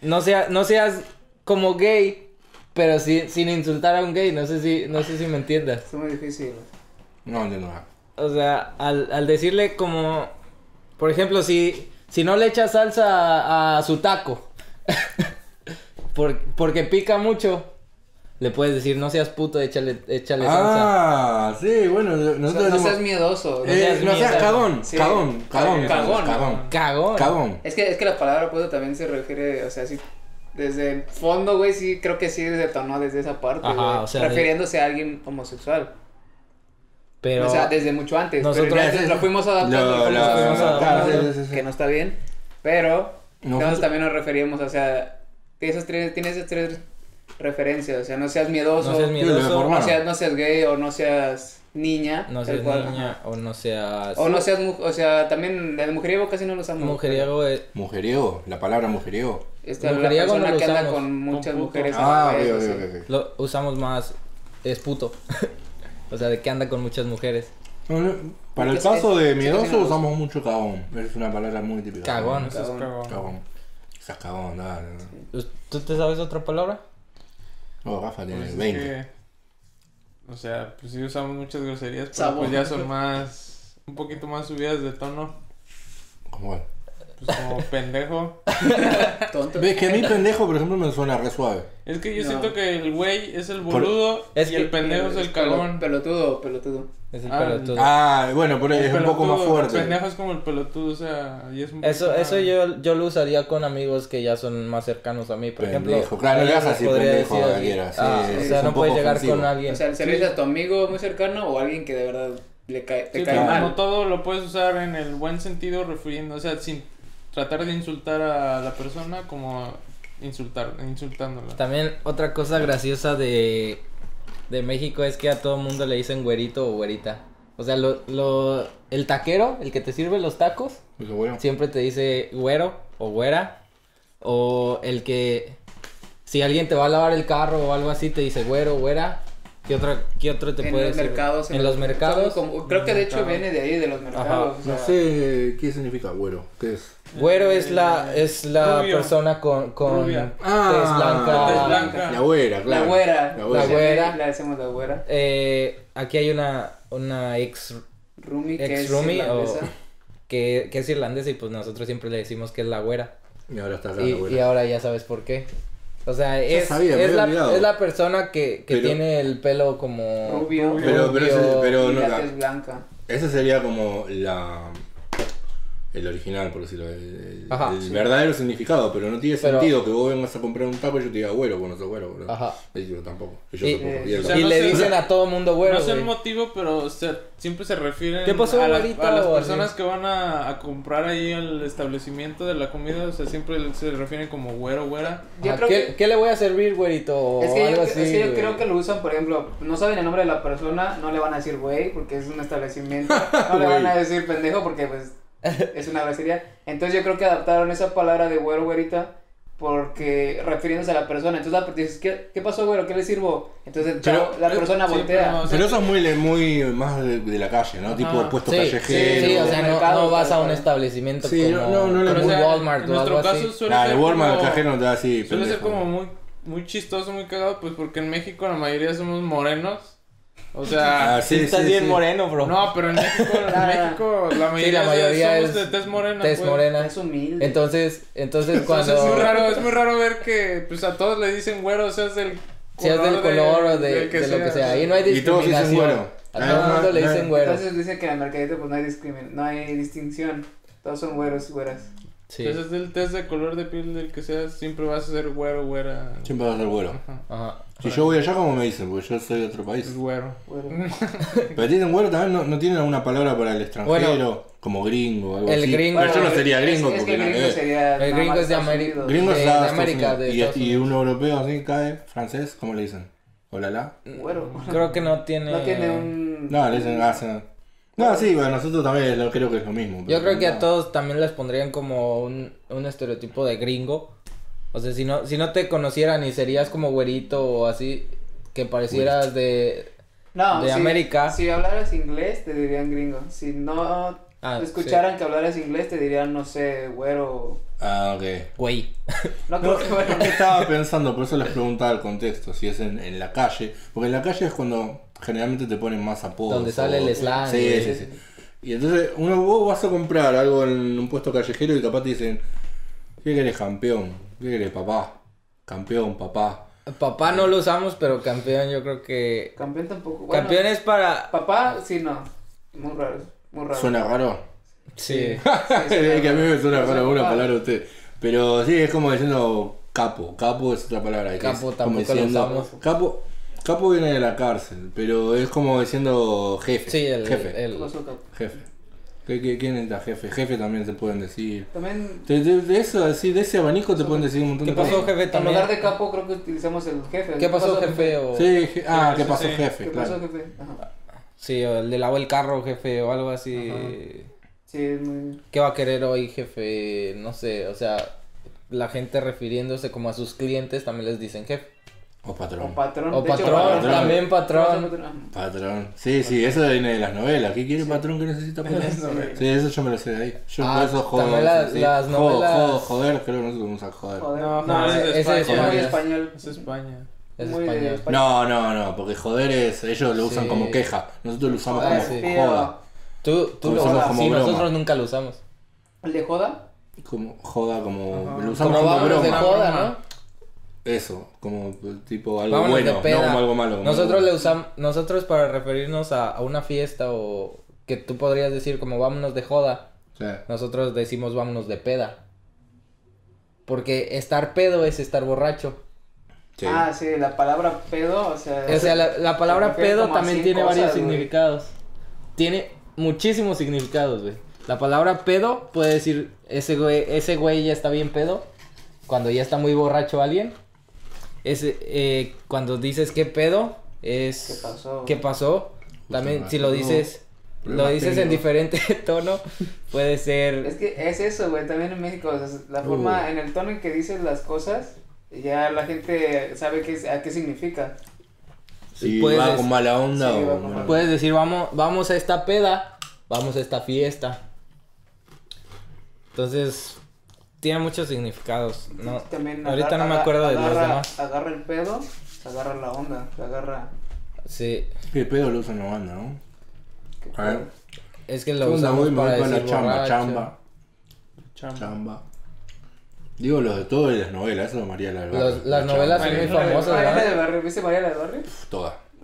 S2: no, sea, no seas como gay, pero sí, sin insultar a un gay, no sé si, no sé si me entiendas.
S4: Está muy difícil.
S1: No entiendo nada.
S2: O sea, al, al decirle como, por ejemplo, si, si no le echas salsa a, a su taco, *laughs* Por- porque pica mucho. Le puedes decir, no seas puto, échale, échale salsa.
S1: Ah, sí, bueno,
S4: O sea,
S1: nosotros
S4: no
S1: decimos-
S4: seas miedoso.
S1: Eh, no seas
S2: mierda.
S1: cagón,
S4: Sí.
S1: cagón, cagón,
S4: Cagón.
S1: cagón,
S2: Cagón.
S1: cagón.
S4: Es que, es que la palabra puto también se refiere, o sea, sí, desde el fondo, güey, sí, creo que sí detonó desde esa parte,
S2: Ajá,
S4: güey,
S2: o sea, de-
S4: refiriéndose a alguien homosexual.
S2: Pero
S4: o sea, desde mucho antes,
S2: nosotros-
S4: pero nosotros lo fuimos adaptando,
S1: Lo-
S4: lo
S1: lo-
S4: fuimos
S2: fuimos
S4: adaptando,
S1: claro, sí, sí, sí.
S4: que no está bien, pero
S1: Nosotros-
S4: nosotros también nos referíamos, o sea, que esos tres, tiene esas tres referencias, o sea, no seas miedoso,
S2: no seas
S1: lo
S2: miedoso,
S1: deformaron.
S4: no seas, no seas gay o no seas niña,
S2: no
S4: tal
S2: seas
S4: cual,
S2: niña o no seas
S4: ajá. o no seas, mu- o sea, también el mujeriego casi no lo usamos.
S2: mujeriego. eh,
S1: Mujeriego, la palabra mujeriego.
S4: Esta es Este, la
S2: Mujeriego
S4: persona
S2: no lo
S4: que anda
S2: usamos.
S4: con muchas
S3: Con puto.
S4: mujeres. a la
S1: Ah,
S4: vez,
S1: veo,
S4: o
S1: veo,
S4: sea.
S1: veo.
S2: Lo usamos más, es puto. *laughs* o sea, de que anda con muchas mujeres.
S1: No, no, Para el
S4: Porque es-
S1: caso de
S4: es- es que
S1: miedoso
S4: no-
S1: usamos mucho cagón. Es una palabra muy típica.
S2: Cagón.
S3: Eso es
S4: Cagón.
S3: cagón.
S1: Cagón. Estás cagón, dale. no.
S2: ¿Tú te sabes otra palabra?
S1: No, Rafa tiene
S3: Pues es
S1: 20.
S3: que, o sea, pues sí usamos muchas groserías, pero
S4: Sabor.
S3: pues ya son más, un poquito más subidas de tono,
S1: ¿Cómo es?
S3: pues
S4: *laughs*
S3: como pendejo.
S4: Tonto.
S1: Ves que a mí pendejo, por ejemplo, me suena re suave.
S3: Es que yo
S4: No.
S3: siento que el güey es el boludo
S2: Es
S3: y
S2: que-
S3: el pendejo es el
S4: Pelo-
S3: cagón.
S4: Pelotudo, pelotudo.
S2: Es el
S3: Ah,
S2: pelotudo.
S1: Ah, bueno, pero es un poco más
S3: pelotudo,
S1: fuerte.
S3: El pendejo es como el pelotudo, o sea, y es un
S2: Eso,
S1: ah.
S3: poquito
S2: eso
S3: más-
S2: yo, yo lo usaría con amigos que ya son más cercanos a mí, por
S1: Pendejo.
S2: ejemplo.
S1: Claro, no le vas
S2: ellos
S1: a
S2: les
S1: decir
S2: podría
S1: pendejo a
S2: así,
S1: cualquiera, sí,
S2: ah,
S1: es
S2: o sea,
S1: un
S2: no puedes
S1: poco
S2: llegar
S1: ofensivo.
S2: con alguien.
S4: O sea, se lo dices a tu amigo muy cercano o a alguien que de verdad le cae, te
S3: Sí,
S4: cae
S3: pero
S1: mal.
S3: como todo lo puedes usar en el buen sentido, refiriendo, o sea, sin tratar de insultar a la persona como insultar, insultándola.
S2: También otra cosa graciosa de, de México es que a todo mundo le dicen güerito o güerita. O sea, lo, lo, el taquero, el que te sirve los tacos,
S1: Dice, Pues, bueno,
S2: siempre te dice güero o güera. O el que, si alguien te va a lavar el carro o algo así, te dice güero o güera. ¿Qué otro, qué otro te
S4: en
S2: puede
S4: los
S2: decir?
S4: mercados.
S2: En los mercados.
S4: son como- creo que de hecho viene de ahí, de los mercados. o sea,
S1: No sé qué significa güero. ¿Qué es?
S2: Güero es la, es la
S3: Rubio.
S2: persona con, con
S3: Rubia.
S1: Ah,
S2: tez
S3: tez
S2: blanca.
S3: blanca.
S1: La güera,
S4: La
S1: claro.
S4: güera.
S1: La
S4: La
S1: güera.
S4: güera. La decimos la güera.
S2: Eh, aquí hay una, una ex
S4: Rumi, que
S2: Ex
S4: es
S2: roomie o-
S4: irlandesa.
S2: que, que es irlandesa y pues nosotros siempre le decimos que es la güera.
S1: Y ahora está acá la
S2: y, y
S1: güera.
S2: ahora ya sabes por qué. O sea, es,
S1: sabía, me
S2: es,
S1: había
S2: la,
S1: olvidado.
S2: es la persona que, que
S1: Pero-
S2: tiene el pelo como...
S4: Rubio.
S1: Pero, pero, ese- pero
S4: y
S1: no,
S4: la
S1: la-
S4: tez blanca.
S1: Ese sería como la. El original, por decirlo. El, el-
S2: Ajá,
S1: el
S2: sí.
S1: verdadero significado, pero no tiene
S2: Pero-
S1: sentido que vos vengas a comprar un taco y yo te diga güero, vos no sos güero, bro.
S2: Ajá.
S1: Y yo tampoco. Y yo
S2: Y,
S1: tampoco.
S4: eh,
S1: Y él
S2: y
S3: o sea, no
S2: le
S3: sé-
S2: dicen a todo mundo güero.
S3: no sé el
S2: güey.
S3: motivo, pero o sea, siempre se refieren
S2: ¿Qué pasó,
S3: a, la-
S2: güerito?
S3: a las
S2: O así.
S3: personas que van a, a comprar ahí al establecimiento de la comida, o sea, siempre se refieren como güero, güera.
S4: Yo
S2: Ah,
S4: creo
S2: ¿qué,
S4: que-
S2: qué le voy a servir, güerito? O
S4: Es que, yo,
S2: algo
S4: es
S2: así,
S4: que yo
S2: güey.
S4: creo que lo usan, por ejemplo, no saben el nombre de la persona, no le van a decir güey porque es un
S2: *laughs*
S4: establecimiento, no le van a decir pendejo porque pues es una grosería. Entonces yo creo que adaptaron esa palabra de güero, güerita, porque refiriéndose a la persona. Entonces la, dices, ¿qué, ¿qué pasó, güero? ¿Qué le sirvo? Entonces chao,
S1: Pero-
S4: la persona
S3: sí,
S4: voltea.
S3: pero-
S1: Pero eso es muy, muy más de, de la calle, ¿no?
S3: Ajá.
S1: Tipo puesto
S2: Sí, sí,
S1: callejero.
S2: sí, o sea, no,
S4: mercado,
S2: no vas a un
S4: tal.
S2: establecimiento
S1: Sí,
S2: como,
S1: no, no le-
S2: como un
S3: Pero, o sea,
S2: Walmart
S3: en
S2: o algo
S3: nuestro
S2: así.
S3: caso suele
S1: Nah, el
S3: ser
S1: Walmart, el
S3: como-
S1: cajero no te da así.
S3: Suele ser
S1: pendejo,
S3: como
S1: ¿no?
S3: muy, muy chistoso, muy cagado, pues porque en México la mayoría somos morenos. O sea,
S1: Ah, sí,
S2: Estás
S1: sí,
S2: bien
S1: sí.
S2: moreno, bro.
S3: no, pero en México,
S4: *laughs*
S3: en
S4: Ah.
S3: México la
S2: sí,
S3: mayoría,
S2: la mayoría
S3: somos
S2: es...
S3: de tez morena.
S2: tez
S3: pues.
S2: morena.
S4: Es humilde.
S2: Entonces, entonces
S3: Entonces,
S2: cuando...
S3: es muy raro, es muy raro ver que pues a todos le dicen güero, seas del
S2: Seas del color o de,
S3: del
S2: de lo que sea. Ahí
S3: Y
S2: no hay
S1: Y todos
S2: discriminación.
S1: dicen güero.
S2: A
S1: Ah,
S2: todo el
S1: no,
S2: mundo le
S1: no.
S2: dicen güero.
S4: Entonces dicen que en el mercadito pues no hay, discrimin no hay distinción, todos son güeros, güeras.
S2: Sí.
S3: Entonces, del test de color de piel del que seas, siempre vas a ser güero, güera.
S1: Siempre va a ser güero.
S3: Ajá,
S2: Ajá.
S1: Si yo voy allá, ¿cómo me dicen? Porque yo soy de otro país.
S3: es güero.
S2: *laughs*
S4: Güero.
S1: Pero tienen güero también, no, no tienen alguna palabra para el extranjero, como gringo o algo
S2: el
S1: así.
S2: gringo-
S1: Pero yo no
S4: Bueno,
S1: sería
S4: es-
S1: gringo
S4: es que
S1: porque
S4: el
S1: no
S4: gringo
S1: me
S4: sería
S2: El
S4: nada
S2: gringo
S4: más
S2: es de
S4: Estados
S2: Ameri-
S4: Unidos.
S1: Gringo
S2: de-
S1: es
S2: de
S1: Estados
S2: América,
S1: Unidos.
S2: de
S1: y,
S2: Estados
S1: y
S2: Unidos.
S1: un europeo así cae, francés, ¿cómo le dicen? ¿Hola la?
S4: Güero.
S2: Creo que no tiene...
S4: No tiene un.
S1: No, le dicen hacen. No, sí, bueno, nosotros también lo- creo que es lo mismo.
S2: Yo
S1: pero
S2: creo que
S1: no.
S2: a todos también les pondrían como un, un estereotipo de gringo. O sea, si no, si no te conocieran y serías como güerito o así, que parecieras de...
S4: No,
S2: de
S4: si,
S2: América.
S4: Si hablaras inglés, te dirían gringo. Si no
S2: Ah,
S4: te escucharan que hablaras inglés, te dirían, no sé, güero.
S1: Ah, ok.
S2: Güey.
S4: No creo
S1: No,
S4: que bueno.
S1: estaba pensando, por eso les preguntaba el contexto, si es en, en la calle. Porque en la calle es cuando generalmente te ponen más apodos.
S2: Donde sale el slang,
S1: Sí,
S2: eh.
S1: sí, sí. Y entonces, uno, vos vas a comprar algo en un puesto callejero y capaz te dicen, ¿Qué querés, campeón? ¿Qué querés, papá? Campeón, papá.
S2: Papá no lo usamos, pero campeón yo creo que...
S4: *laughs* Campeón tampoco. Bueno,
S2: Campeón es para...
S4: Papá, sí, no. Muy raro. Muy raro.
S1: Suena raro.
S2: Sí.
S1: *laughs* Es que a mí me suena
S4: Pero
S1: raro
S4: soy
S1: una
S4: papá.
S1: palabra a usted. Pero sí, es como diciendo capo. Capo es otra palabra. que
S2: Capo
S1: es como
S2: tampoco lo usamos.
S1: Capo, capo viene de la cárcel, pero es como diciendo jefe.
S2: Sí, el...
S1: jefe.
S2: el-
S4: Lo soca.
S1: Jefe. ¿Qué- qué- quién es la jefe? Jefe también te pueden decir.
S4: También,
S1: De, de- de eso, así, de ese abanico te pueden decir un montón
S2: ¿Qué
S1: de
S2: pasó,
S1: cosas.
S2: jefe?
S4: en lugar de
S2: También.
S4: capo, creo que utilizamos el jefe.
S2: ¿Qué pasó, jefe? O...
S1: Sí, je- ah,
S3: Sí,
S1: ¿qué
S3: sí,
S1: pasó,
S3: sí.
S1: jefe?
S4: ¿Qué
S1: claro.
S4: pasó, jefe? Ajá.
S2: Sí, o el de lavó el carro, jefe, o algo así.
S4: Sí, es muy...
S2: ¿Qué va a querer hoy, jefe? No sé, o sea, la gente refiriéndose como a sus clientes también les dicen jefe.
S1: O patrón.
S4: O patrón.
S2: O
S4: de hecho,
S2: patrón, también
S4: Patrón.
S2: patrón.
S4: patrón.
S1: Patrón. Sí, sí, eso viene de las novelas. ¿Qué quiere patrón que necesita patrón? Sí, eso yo me lo sé de ahí. Yo
S2: Ah,
S1: por eso jodo.
S2: también la-
S1: sí.
S2: las
S1: Jodo,
S2: novelas-
S1: jodo, joder, creo que nosotros vamos a joder.
S4: Joder.
S3: No,
S4: No,
S3: no,
S4: no,
S3: es de
S2: Ah, ese es
S4: es muy
S3: España.
S4: español.
S3: Es España.
S2: Es
S4: Muy de
S2: español.
S4: España.
S1: No, no, no, porque joder es. Ellos lo usan
S2: Sí.
S1: como queja. Nosotros lo usamos
S2: Ah,
S1: como
S2: sí.
S1: joda.
S2: Tú, tú lo
S1: Usamos
S2: usas,
S1: como
S2: sí,
S1: broma.
S2: nosotros nunca lo usamos.
S4: ¿El de joda?
S1: Como joda, como. Lo usamos
S2: Como
S1: como,
S2: vámonos de
S1: broma.
S2: joda,
S3: Broma.
S2: ¿no?
S1: Eso, como pues, tipo algo
S2: Vámonos
S1: bueno,
S2: de peda.
S1: no como algo malo. como
S2: nosotros
S1: algo
S2: le
S1: bueno.
S2: usamos, nosotros para referirnos a, a una fiesta o que tú podrías decir como vámonos de joda,
S1: Sí.
S2: nosotros decimos vámonos de peda. Porque estar pedo es estar borracho.
S1: Sí.
S4: Ah, sí, la palabra pedo, o sea...
S2: O sea, la, la palabra
S4: refiere
S2: pedo
S4: como a
S2: también
S4: cien
S2: tiene
S4: cosas,
S2: varios
S4: güey.
S2: significados. Tiene muchísimos significados, güey. La palabra pedo puede decir, ese güey, ese güey ya está bien pedo, cuando ya está muy borracho alguien. Ese, eh, cuando dices qué pedo, es...
S4: ¿Qué pasó?
S2: ¿Qué pasó? También,
S1: madre,
S2: si lo
S1: no.
S2: dices... Lo
S1: Problemas
S2: dices en
S1: técnicos.
S2: diferente *laughs* tono, puede ser...
S4: Es que es eso, güey, también en México, o sea, la
S1: Uh.
S4: forma, en el tono en que dices las cosas, ya la gente sabe qué, es- a qué significa.
S1: Si
S2: puedes
S1: va
S2: decir-
S1: con mala onda
S4: sí,
S1: o.
S4: va con mala-
S2: Puedes decir, vamos, vamos a esta peda, vamos a esta fiesta. Entonces, tiene muchos significados. No,
S4: También
S2: ahorita
S4: agar-
S2: no me
S4: agar-
S2: acuerdo de los
S4: agarra-
S2: demás.
S4: Agarra el pedo, agarra la onda, agarra...
S2: Sí,
S1: ¿Qué pedo lo usan los bandas, no?
S4: ¿qué
S1: A ver.
S4: pedo?
S2: es que
S1: ¿Qué
S2: lo
S1: onda,
S2: usamos
S1: voy? Me voy
S2: para
S1: para
S2: decir
S1: la chamba,
S2: borracho.
S1: chamba,
S3: Chamba.
S1: chamba. Digo, los de todo y las novelas, eso lo María la del Barrio.
S2: Los- las
S1: La
S2: novelas
S1: chamba, eh,
S2: son muy
S1: sí,
S2: famosas,
S4: Mariela
S2: ¿verdad?
S4: del Barrio, ¿viste Mariela del Barrio?
S1: Todas.
S2: *laughs*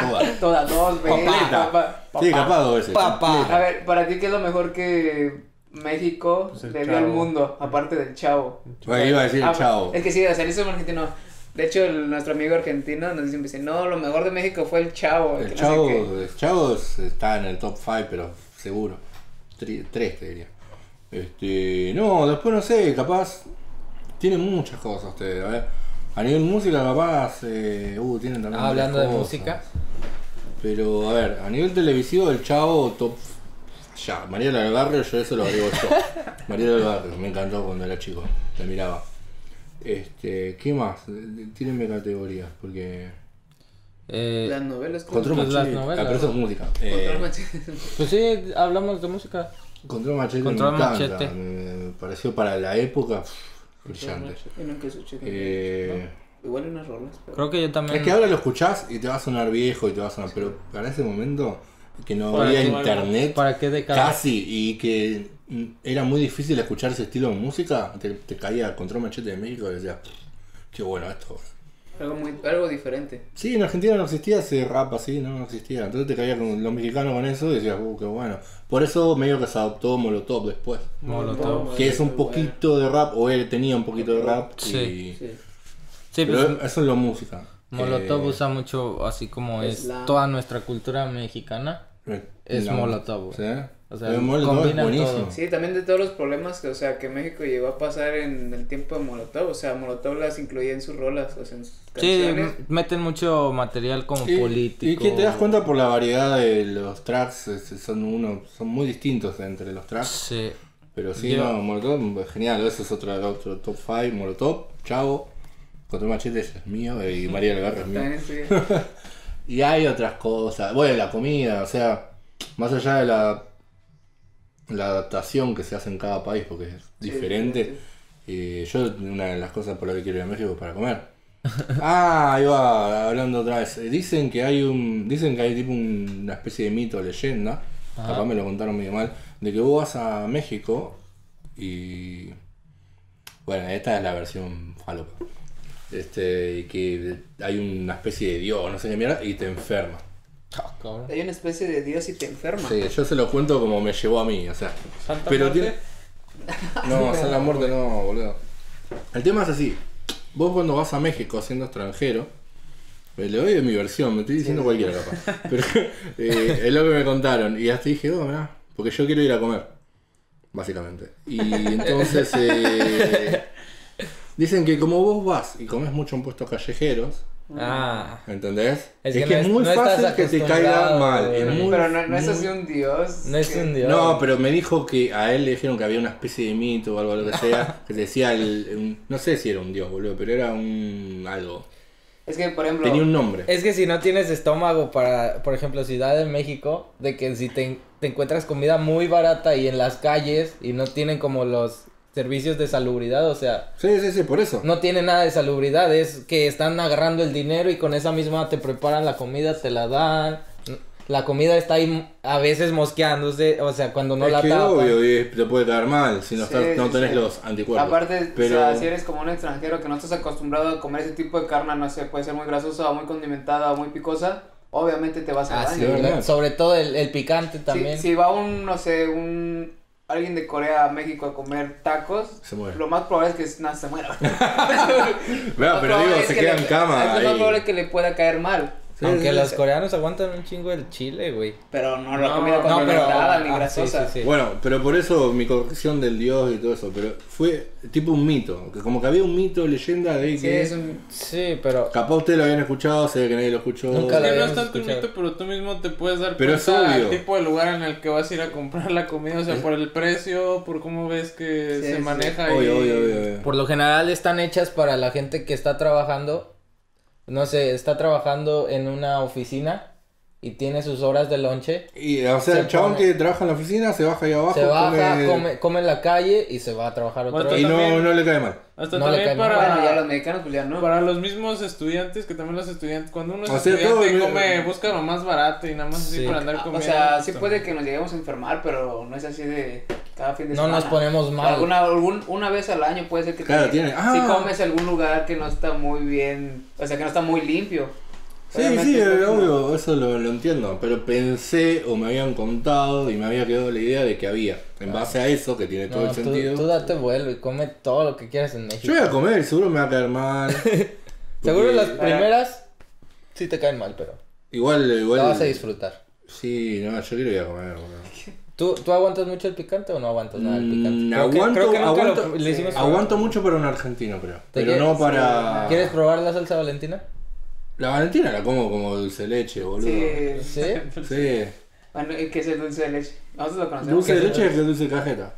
S1: Todas.
S4: Todas, dos, güey.
S1: Completa.
S4: papá,
S1: Sí,
S4: papá.
S1: capaz dos veces.
S2: Papá.
S4: A ver, para ti, ¿qué es lo mejor que México
S3: Pues el
S4: le dio al
S3: Chavo.
S4: mundo? Aparte del chavo.
S1: Bueno, iba a decir
S4: Ah,
S1: chao.
S4: Es que sí, o sea, eso es argentino. De hecho, el- nuestro amigo argentino nos dice, dice, no, lo mejor de México fue el chavo.
S1: El
S4: que no sé
S1: chavo,
S4: qué.
S1: el chavo está en el top 5, pero seguro. Tri- tres, te diría. Este, no, después no sé, capaz. Tienen muchas cosas ustedes. A ver, a nivel música, capaz. eh, uh, tienen también.
S2: Ah, hablando
S1: muchas
S2: de
S1: cosas.
S2: música.
S1: Pero, a ver, a nivel televisivo, el chavo top. Ya, Mariela del Barrio, yo eso lo agrego
S2: *laughs*
S1: yo. Mariela del Barrio, me encantó cuando era chico, la miraba. Este, ¿qué más? Tírenme categorías, porque.
S2: Eh,
S4: Las novelas. ¿cómo?
S1: Control
S2: Pues las
S1: Machete. Ah,
S2: novelas.
S1: pero eso es música.
S4: Control
S1: Eh,
S4: Machete. *laughs*
S2: pues sí, hablamos de música.
S1: Control Machete
S2: Control
S1: me encanta.
S2: Machete.
S1: Me me pareció para la época pff, brillante.
S4: Yo nunca escuché.
S1: Eh,
S4: Igual unas rolas. pero-
S2: Creo que yo también.
S1: es que ahora lo escuchás y te va a sonar viejo y te va a sonar, pero para ese momento que no
S3: Para
S1: había
S3: tu alma.
S1: internet
S2: ¿Para qué década?
S1: casi y que mm, era muy difícil escuchar ese estilo de música, te, te caía Control Machete de México y decías, qué bueno esto.
S4: Algo, muy, algo diferente.
S1: Sí, en Argentina no existía ese rap así, no, no existía. Entonces te caía con los mexicanos con eso y decías, uh, qué bueno. Por eso medio que se adoptó Molotov después.
S2: Molotov.
S1: Que es un poquito de rap, o él tenía un poquito de rap. y-
S2: Sí.
S4: Sí.
S2: Sí, pues,
S1: Pero eso es lo música.
S2: Molotov
S1: Eh,
S2: usa mucho, así como es
S4: Slam.
S2: toda nuestra cultura mexicana. es Molotov,
S1: ¿Sí?
S2: O sea,
S1: El Molotov es
S2: combina
S1: buenísimo.
S2: todo.
S4: Sí, también de todos los problemas que, o sea, que México llegó a pasar en el tiempo de Molotov. O sea, Molotov las incluía en sus rolas, o sea, en sus
S2: Sí,
S4: canciones.
S2: m- meten mucho material como
S1: Y-
S2: político.
S1: Y que te das cuenta por la variedad de los tracks, es- son uno, son muy distintos entre los tracks.
S2: Sí.
S1: Pero sí,
S2: Yo-
S1: no, Molotov es genial, eso es otro, otro top 5, Molotov, Chavo, Control Machete es mío eh, y María Algarra es mío.
S4: También estoy-
S1: *laughs* Y hay otras cosas. Bueno, la comida, o sea, más allá de la, la adaptación que se hace en cada país, porque es diferente. eh, yo, una de las cosas por las que quiero ir a México es para comer. *laughs* ah, ahí va, hablando otra vez. Eh, Dicen que hay un. Dicen que hay tipo un- una especie de mito, leyenda.
S2: Ajá.
S1: Capaz me lo contaron medio mal. De que vos vas a México y Bueno, esta es la versión falopa. Este, y que hay una especie de dios, no sé qué mierda, y te enferma.
S2: Ah, cabrón.
S4: Hay una especie de Dios y te enferma.
S1: Sí, yo se lo cuento como me llevó a mí, o sea.
S3: Santa
S1: Pero
S3: Muerte.
S1: tiene. No, hacer la muerte no, boludo. El tema es así. Vos cuando vas a México siendo extranjero, me le doy de mi versión, me estoy diciendo cualquiera capaz. Pero eh, es lo que me contaron. Y hasta dije, oh, mirá, porque yo quiero ir a comer. Básicamente. Y
S3: *laughs*
S1: entonces eh, dicen que como vos vas y comes mucho en puestos callejeros,
S2: Ah.
S1: ¿entendés?
S2: Es
S1: Es,
S2: que
S1: que,
S2: no
S1: es
S2: es-
S1: muy
S2: no estás
S1: fácil que te
S2: acostumbrado,
S1: caiga mal.
S2: güey.
S1: es muy-
S4: Pero no, no es
S1: muy-
S4: así un Dios.
S2: No es
S4: que-
S2: un dios.
S1: no, pero me dijo que a él le dijeron que había una especie de mito o algo lo que
S2: *laughs*
S1: sea, que decía el, un- no sé si era un dios, boludo, pero era un algo.
S4: Es que, por ejemplo.
S1: Tenía un nombre.
S2: Es que si no tienes estómago para, por ejemplo, Ciudad de México, de que si te, te encuentras comida muy barata y en las calles y no tienen como los servicios de salubridad, o sea,
S1: Sí, sí, sí, por eso.
S2: no tiene nada de salubridad, es que están agarrando el dinero y con esa misma te preparan la comida, te la dan. La comida está ahí a veces mosqueándose, o sea, cuando no
S1: es
S2: la
S1: que
S2: tapan.
S1: obvio, y te puede caer mal si no,
S4: Sí,
S1: estás- no
S4: sí,
S1: tenés
S4: sí.
S1: los anticuerpos.
S4: Aparte,
S1: pero
S4: o sea, si eres como un extranjero que no estás acostumbrado a comer ese tipo de carne, no sé, puede ser muy grasosa o muy condimentada o muy picosa, obviamente te vas a
S2: Ah, sí,
S4: daño.
S1: ¿verdad?
S2: ¿verdad? Sobre todo el, el picante también.
S4: Si, si va un, no sé, un alguien de Corea a México a comer tacos,
S1: Se muere.
S4: lo más probable es que no,
S1: *laughs*
S4: se muera.
S1: Vea, *laughs*
S4: Lo
S1: Ah, pero
S4: probable
S1: digo,
S4: es
S1: se
S4: que
S1: queda
S4: le-
S1: en cama.
S4: Es lo más
S1: ahí.
S4: probable que le pueda caer mal,
S1: Sí,
S2: Aunque
S1: sí,
S2: los
S1: sí.
S2: coreanos aguantan un chingo el chile, güey.
S4: pero no la
S3: No,
S4: comida
S3: no,
S4: condimentada ni
S2: ah, sí,
S4: grasosa.
S2: sí, sí.
S1: Bueno, pero por eso mi corrección del dios y todo eso, pero fue tipo un mito, que como que había un mito, leyenda de
S4: Sí,
S1: que
S4: es un-
S2: Sí, pero.
S1: capaz ustedes lo habían escuchado, se ve que nadie lo escuchó.
S2: Nunca lo
S3: Es que no
S2: habíamos
S3: es tanto un
S2: escuchado.
S3: mito, pero tú mismo te puedes dar
S1: Pero es
S3: cuenta
S1: obvio.
S3: del tipo de lugar en el que vas a ir a comprar la comida, o sea, por el precio, por cómo ves que
S4: Sí,
S3: se
S4: sí.
S3: maneja y...
S1: Obvio, obvio, obvio, obvio.
S2: Por lo general están hechas para la gente que está trabajando. No sé, está trabajando en una oficina y tiene sus horas de lonche.
S1: Y, o sea,
S2: Se
S1: el chabón
S2: pone-
S1: que trabaja en la oficina se baja ahí abajo.
S2: Se baja,
S1: come-
S2: come, come en la calle y se va a trabajar otra
S3: Bueno,
S1: Y
S2: vez.
S1: no,
S3: También.
S1: no le cae mal.
S3: Hasta
S2: No le cae
S3: también
S2: mal.
S3: para...
S4: Bueno, ya los mexicanos pues ya no.
S3: Para los mismos estudiantes, que también los estudiantes, cuando uno es
S1: O sea,
S3: estudiante
S1: todo-
S3: come, busca lo más barato y nada más así
S2: Sí.
S3: para andar
S4: Ah,
S3: comiendo.
S4: O sea, sí puede que nos lleguemos a enfermar, pero no es así de cada fin de
S2: No
S4: semana.
S2: nos ponemos mal.
S4: Alguna, algún- una vez al año puede ser que
S1: Claro, tiene-
S4: si
S1: ah.
S4: comes en algún lugar que no está muy bien, o sea, que no está muy limpio.
S1: Sí,
S4: Obviamente,
S1: sí,
S4: creo que no.
S1: obvio, eso lo, lo entiendo. Pero pensé o me habían contado y me había quedado la idea de que había. En base a eso, que tiene todo
S2: No,
S1: el
S2: tú,
S1: sentido.
S2: tú date vuelo y come todo lo que quieras en
S1: Yo
S2: México.
S1: voy a comer, seguro me va a caer mal.
S2: *laughs* Seguro
S1: Porque
S2: las primeras sí te caen mal, pero
S1: Igual, igual.
S2: la vas a disfrutar.
S1: Sí, no, yo quiero ir a comer, boludo.
S2: ¿Tú, ¿Tú aguantas mucho el picante o no aguantas nada del
S1: Mm,
S2: picante? Creo que-
S1: aguanto,
S2: creo que nunca lo-
S1: aguanto,
S2: le hicimos probar.
S1: aguanto mucho para un argentino, creo.
S2: ¿Te
S1: Pero
S2: quieres-
S1: no para.
S2: ¿Quieres probar la salsa valentina?
S1: La Valentina la como como dulce de leche, boludo.
S4: Sí,
S2: Sí.
S1: Sí.
S4: Bueno, ¿y ¿qué es el dulce de leche? Nosotros lo conocemos.
S1: Dulce de
S2: sí.
S1: leche Ah, es dulce de cajeta.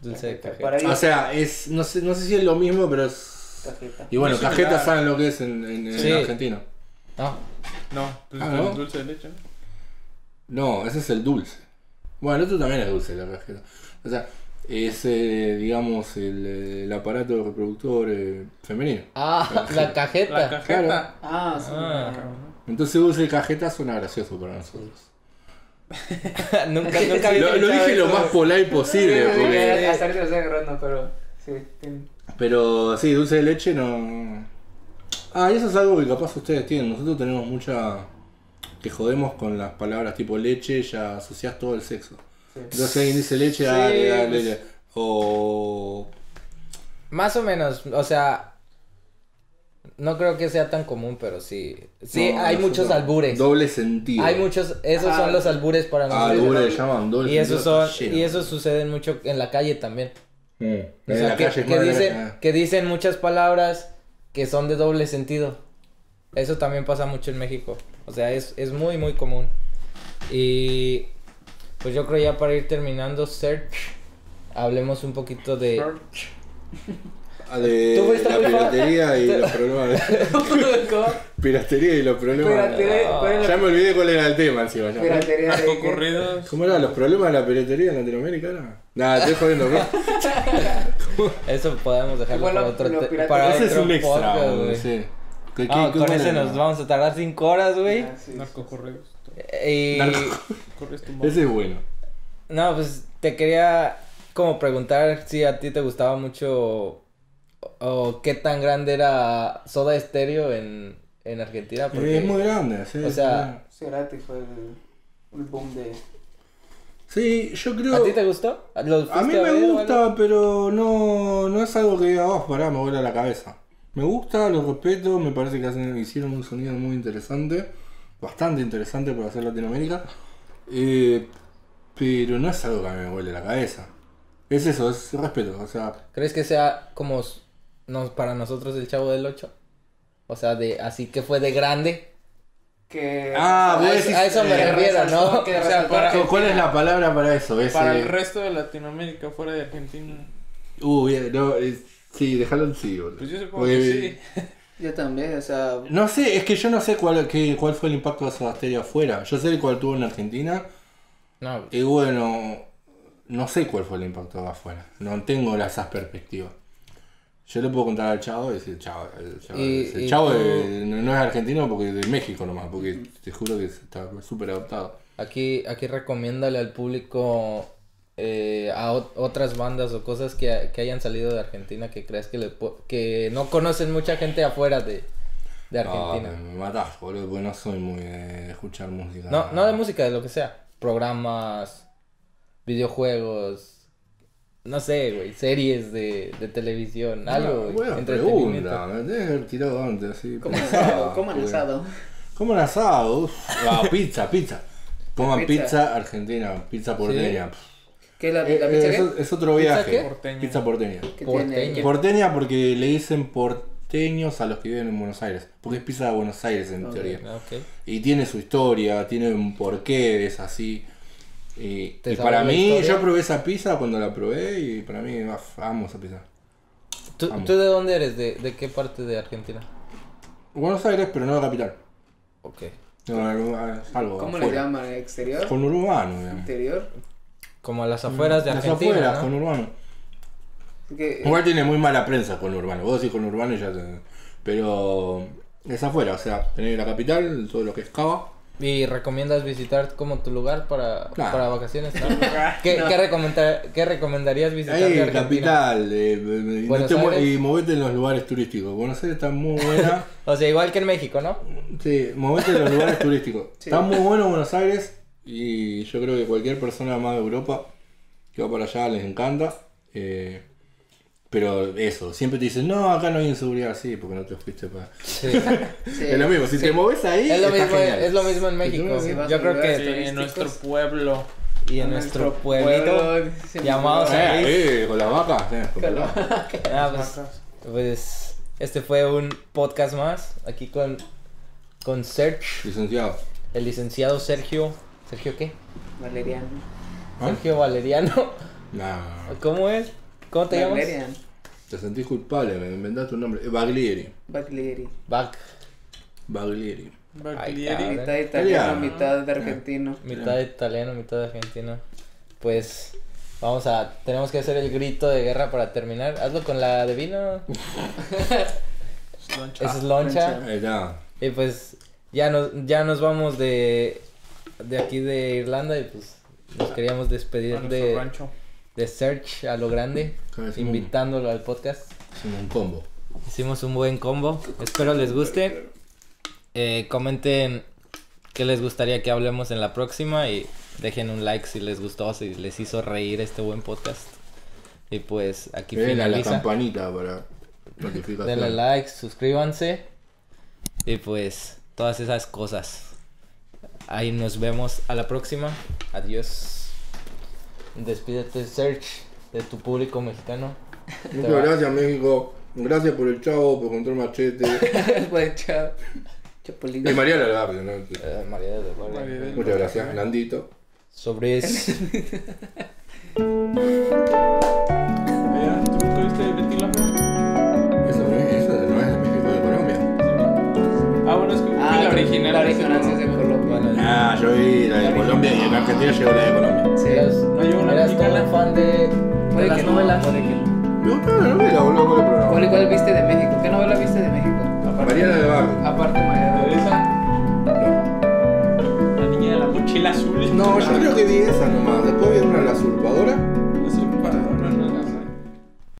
S2: Dulce de *laughs* cajeta.
S4: Para ellos,
S1: O sea, es no sé, no sé si es lo mismo, pero es...
S4: cajeta.
S1: Y bueno,
S3: Muy similar.
S1: cajeta saben lo que es en, en, en
S2: Sí.
S1: Argentina.
S2: No,
S3: No, pues
S1: Ah, ¿no?
S3: dulce de leche. ¿no?
S1: No, ese es el dulce. Bueno, el otro también es dulce, la cajeta. O sea, es, eh, digamos, el, eh, el aparato reproductor eh, femenino.
S2: Ah, la cajeta.
S3: La cajeta.
S4: Ah, sí.
S2: Ah. *laughs*
S1: Entonces dulce de cajeta suena gracioso para nosotros.
S2: nunca, nunca había
S1: Lo, lo
S2: escuchado
S1: dije lo
S2: eso.
S1: más polar
S4: Sí, sí,
S1: posible.
S4: sí,
S1: porque-
S4: ya- hasta ahorita lo estoy agarrando, pero sí.
S2: *laughs*
S4: tiene-
S1: Pero sí, dulce de leche no. Ah, y eso es algo que capaz ustedes tienen. Nosotros tenemos mucha. que jodemos con las palabras tipo leche, ya asocias todo el sexo.
S4: Sí.
S1: Entonces alguien dice leche,
S3: Sí,
S1: dale, dale,
S3: pues-
S1: dale. O.
S2: Más o menos, o sea, no creo que sea tan común, pero sí. Sí,
S1: No,
S2: hay
S1: nosotros-
S2: muchos albures.
S1: Doble sentido.
S2: Hay muchos, esos
S4: Ah,
S2: son los albures para
S1: Ah,
S2: nosotros.
S1: albures le llaman doble
S2: Y esos
S1: sentido,
S2: son,
S1: está lleno.
S2: y esos suceden mucho en la calle también.
S1: Mm.
S2: O
S1: En
S2: sea,
S1: la
S2: que,
S1: calle es
S2: que
S1: más-
S2: dicen,
S1: ah.
S2: que dicen muchas palabras que son de doble sentido. Eso también pasa mucho en México. O sea, es, es muy, muy común. Y pues yo creo ya para ir terminando, Search, hablemos un poquito de...
S1: Ah, de
S2: Tú fuiste
S1: la
S2: muy fan.
S1: piratería y los problemas.
S2: *laughs*
S4: ¿Cómo?
S1: piratería y los problemas.
S2: Ah.
S4: Piratería- ¿cuál es la
S1: Ya me olvidé cuál era el tema encima. ya.
S4: piratería de Ah,
S3: Las
S4: qué?
S3: concurridas.
S1: ¿Cómo eran los problemas de la piratería en Latinoamérica? era? Nada, estoy jodiendo,
S2: *laughs*
S1: ¿no?
S2: Eso podemos dejarlo
S4: Fue lo-
S2: para otro,
S4: lo
S2: te-
S4: pirata-
S2: para
S1: Ese es
S2: otro
S1: un extra,
S2: podcast,
S1: boludo,
S2: güey.
S1: sí. ¿Qué- qué-
S2: Ah,
S1: qué
S2: con
S1: buena-
S2: ese nos vamos a tardar cinco horas, güey.
S4: Ah, sí, sí.
S3: Narcocorridos.
S2: Y...
S1: Narco-
S3: Corres tu
S1: Ese es bueno.
S2: No, pues te quería como preguntar si a ti te gustaba mucho o qué tan grande era Soda Stereo en, en Argentina. Porque,
S1: es muy grande, sí.
S2: o sea,
S4: Cerati fue el, el boom de.
S1: sí, yo creo.
S2: ¿a ti te gustó? ¿Lo
S1: A mí
S2: fuiste
S1: me
S2: ver o algo?
S1: gusta, pero no, no es algo que diga, oh, pará, me vuela la cabeza. Me gusta, lo respeto, me parece que hacen- hicieron un sonido muy interesante, bastante interesante por hacer Latinoamérica, eh, pero no es algo que a mí me vuele la cabeza. Es eso, es respeto, o sea,
S2: ¿Crees que sea como s- nos, para nosotros el Chavo del 8? O sea, de así que fue de grande.
S4: Que.
S1: Ah,
S2: a,
S1: vos
S2: eso,
S1: decís,
S2: a eso me
S1: eh,
S2: refiero,
S4: resaltó,
S2: ¿no? O
S4: que
S2: sea,
S4: resaltó
S2: para-
S4: que-
S1: ¿cuál es la palabra para eso? Ese-
S3: Para el resto de Latinoamérica, fuera de Argentina.
S1: Uh, bien, no, eh, sí, déjalo en sí, boludo.
S3: Pues yo supongo
S1: Porque-
S3: que sí.
S4: Yo también,
S1: *laughs*
S4: o sea.
S1: No sé, es que yo no sé cuál, qué- cuál fue el impacto de Soda Stereo afuera. Yo sé cuál tuvo en Argentina,
S2: No,
S1: Y bueno, no sé cuál fue el impacto de afuera. No tengo la- esas perspectivas. Yo le puedo contar al chavo y decir, chavo, el chavo,
S2: Y-
S1: ese
S2: y
S1: chavo
S2: tú-
S1: eh, no no es argentino porque es de México nomás, porque te juro que está súper adoptado.
S2: aquí, aquí recomiéndale al público eh, a ot- otras bandas o cosas que, que hayan salido de Argentina que creas que, le pu- que no conocen mucha gente afuera de, de Argentina.
S1: No, me, me matás, boludo, porque no soy muy de escuchar música.
S2: No, no de música, de lo que sea. Programas, videojuegos, no sé, güey, series de, de televisión, algo, güey,
S1: buena
S2: entretenimiento.
S1: Ah, pregunta, Ah, me tenés que haber tirado antes, así.
S5: Como
S1: pensaba,
S5: asado, como
S1: porque-
S5: asado.
S1: Como un asado, uf. Ah,
S5: *laughs*
S1: pizza, pizza. Coman
S4: Pizza.
S1: pizza. argentina, pizza porteña.
S5: ¿Qué la,
S1: Eh,
S5: la pizza
S1: eh,
S5: qué?
S1: eso- es, otro
S2: ¿Pizza
S1: viaje.
S2: qué?
S3: Porteña.
S1: Pizza porteña.
S5: Que
S2: Porteño.
S5: tiene-
S1: Porteña porque le dicen porteños a los que viven en Buenos Aires. Porque es pizza de Buenos Aires en teoría.
S2: Ah, ok.
S1: Y tiene su historia, tiene un porqué, es así. Y,
S2: ¿Te
S1: y
S2: sabe
S1: para
S2: la
S1: mí,
S2: historia?
S1: yo probé esa pizza cuando la probé y para mí, uf, amo esa pizza.
S2: ¿Tú,
S1: Vamos.
S2: tú de dónde eres? ¿De, de qué parte de Argentina?
S1: Buenos Aires, pero no la capital.
S2: Ok.
S1: No, no, no, salvo
S5: ¿Cómo le llaman? ¿Exterior?
S1: Con urbano, digamos.
S5: ¿Interior?
S2: Como a las afueras de
S1: Las
S2: Argentina.
S1: afueras,
S2: ¿no?
S1: con urbano.
S5: Que-
S1: Igual tiene muy mala prensa con Urbano. Vos decís con Urbano y ya te... Pero es afuera, o sea, tenés la capital, todo lo que es Cava.
S2: ¿Y recomiendas visitar como tu lugar para,
S1: Claro. *laughs*
S2: para vacaciones? ¿no? ¿Qué, qué recomendar- qué recomendarías visitar de
S1: Ahí,
S2: Argentina?
S1: capital, eh, eh, no
S2: Buenos
S1: te mue-
S2: Aires.
S1: y movete en los lugares turísticos. Buenos Aires está muy
S2: *laughs*
S1: buena.
S2: O sea, igual que en México, ¿no?
S1: sí, movete en los lugares turísticos. Está muy bueno Buenos Aires y yo creo que cualquier persona más de Europa que va para allá les encanta. Eh, pero eso, siempre te dicen, no, acá no hay inseguridad, sí, porque no te fuiste para...
S2: *laughs* Sí.
S5: sí.
S1: es lo mismo, si te moves ahí...
S2: es, lo
S1: está
S2: mismo,
S1: genial.
S2: es lo mismo en México.
S5: Si vas
S2: Yo
S5: a
S2: creo
S5: lugares
S2: que...
S3: Sí, en nuestro
S5: turísticos.
S3: pueblo.
S2: Y en
S5: A
S2: nuestro pueblito...
S5: pueblo, se me
S2: llamado
S5: olvidó.
S2: San-
S1: Eh, eh, con las vacas, eh, con
S5: Con
S1: las vacas.
S2: Ah, pues, pues, este fue un podcast más. Aquí con, con Serge,
S1: Licenciado.
S2: el licenciado Sergio. ¿Sergio qué?
S5: Valerian.
S1: ¿Ah?
S2: Sergio Valeriano. *laughs*
S1: Nah,
S2: ¿Cómo es? ¿Cómo te llamas?
S5: Valerian.
S1: te sentís culpable, me inventaste un nombre. Eh, Baglieri.
S5: Baglieri.
S2: Back.
S1: Baglieri.
S3: Baglieri.
S5: Mitad italiano,
S1: Italiano.
S5: mitad
S2: Ah.
S5: de argentino. *laughs*
S2: Mitad italiano, mitad argentino. Pues vamos a. Tenemos que hacer el grito de guerra para terminar. Hazlo con la de
S3: *laughs*
S2: vino. Esa es loncha.
S5: loncha.
S1: Ahí está.
S2: Y pues ya nos, ya nos vamos de, de aquí de Irlanda y pues nos queríamos despedir
S3: A nuestro
S2: de,
S3: rancho.
S2: de Search a lo grande,
S1: Claro, hicimos un-
S2: invitándolo al podcast.
S1: Hicimos un combo.
S2: Hicimos un buen combo. Espero les guste. Eh, comenten qué les gustaría que hablemos en la próxima y dejen un like si les gustó, si les hizo reír este buen podcast. Y pues aquí
S1: Denle a la
S2: finaliza.
S1: campanita para notificación.
S2: Denle like, suscríbanse y pues todas esas cosas. Ahí nos vemos a la próxima. Adiós. Despídete, Serge, de tu público mexicano. Te va.
S1: Muchas gracias, México. Gracias por el chavo, por control machete.
S5: Pues chao. Chapulín.
S1: y Mariana Labio, ¿no?
S2: Eh, María del Guardia.
S3: María del-
S1: Muchas gracias, Nandito.
S2: Sobre *laughs*
S3: Vean, ¿tú tuviste de Betty la Fea?
S1: Eso, no es- eso no es de México de Colombia.
S3: Ah, bueno, es que
S5: Ah,
S3: la original.
S5: La
S3: es de
S5: original sí es de Colombia.
S2: Bueno,
S1: Ah, yo vi la de Colombia y en Argentina llegó la de Colombia.
S5: Sí.
S2: Eras,
S3: No, yo una
S2: eras todo
S3: mexicana.
S2: un fan de, de
S5: Puede
S2: las
S5: que no,
S2: novelas.
S5: puede que no.
S1: Me gustaba la novela, boludo, con el programa.
S5: ¿Cuál y cuál viste de México? ¿Qué novela viste de México?
S1: Mariana Labio.
S5: Aparte María
S3: ¿De
S5: de
S3: esa?
S1: No.
S3: La niña de la mochila azul.
S1: No, yo creo que vi esa nomás. Después vi una de la usurpadora.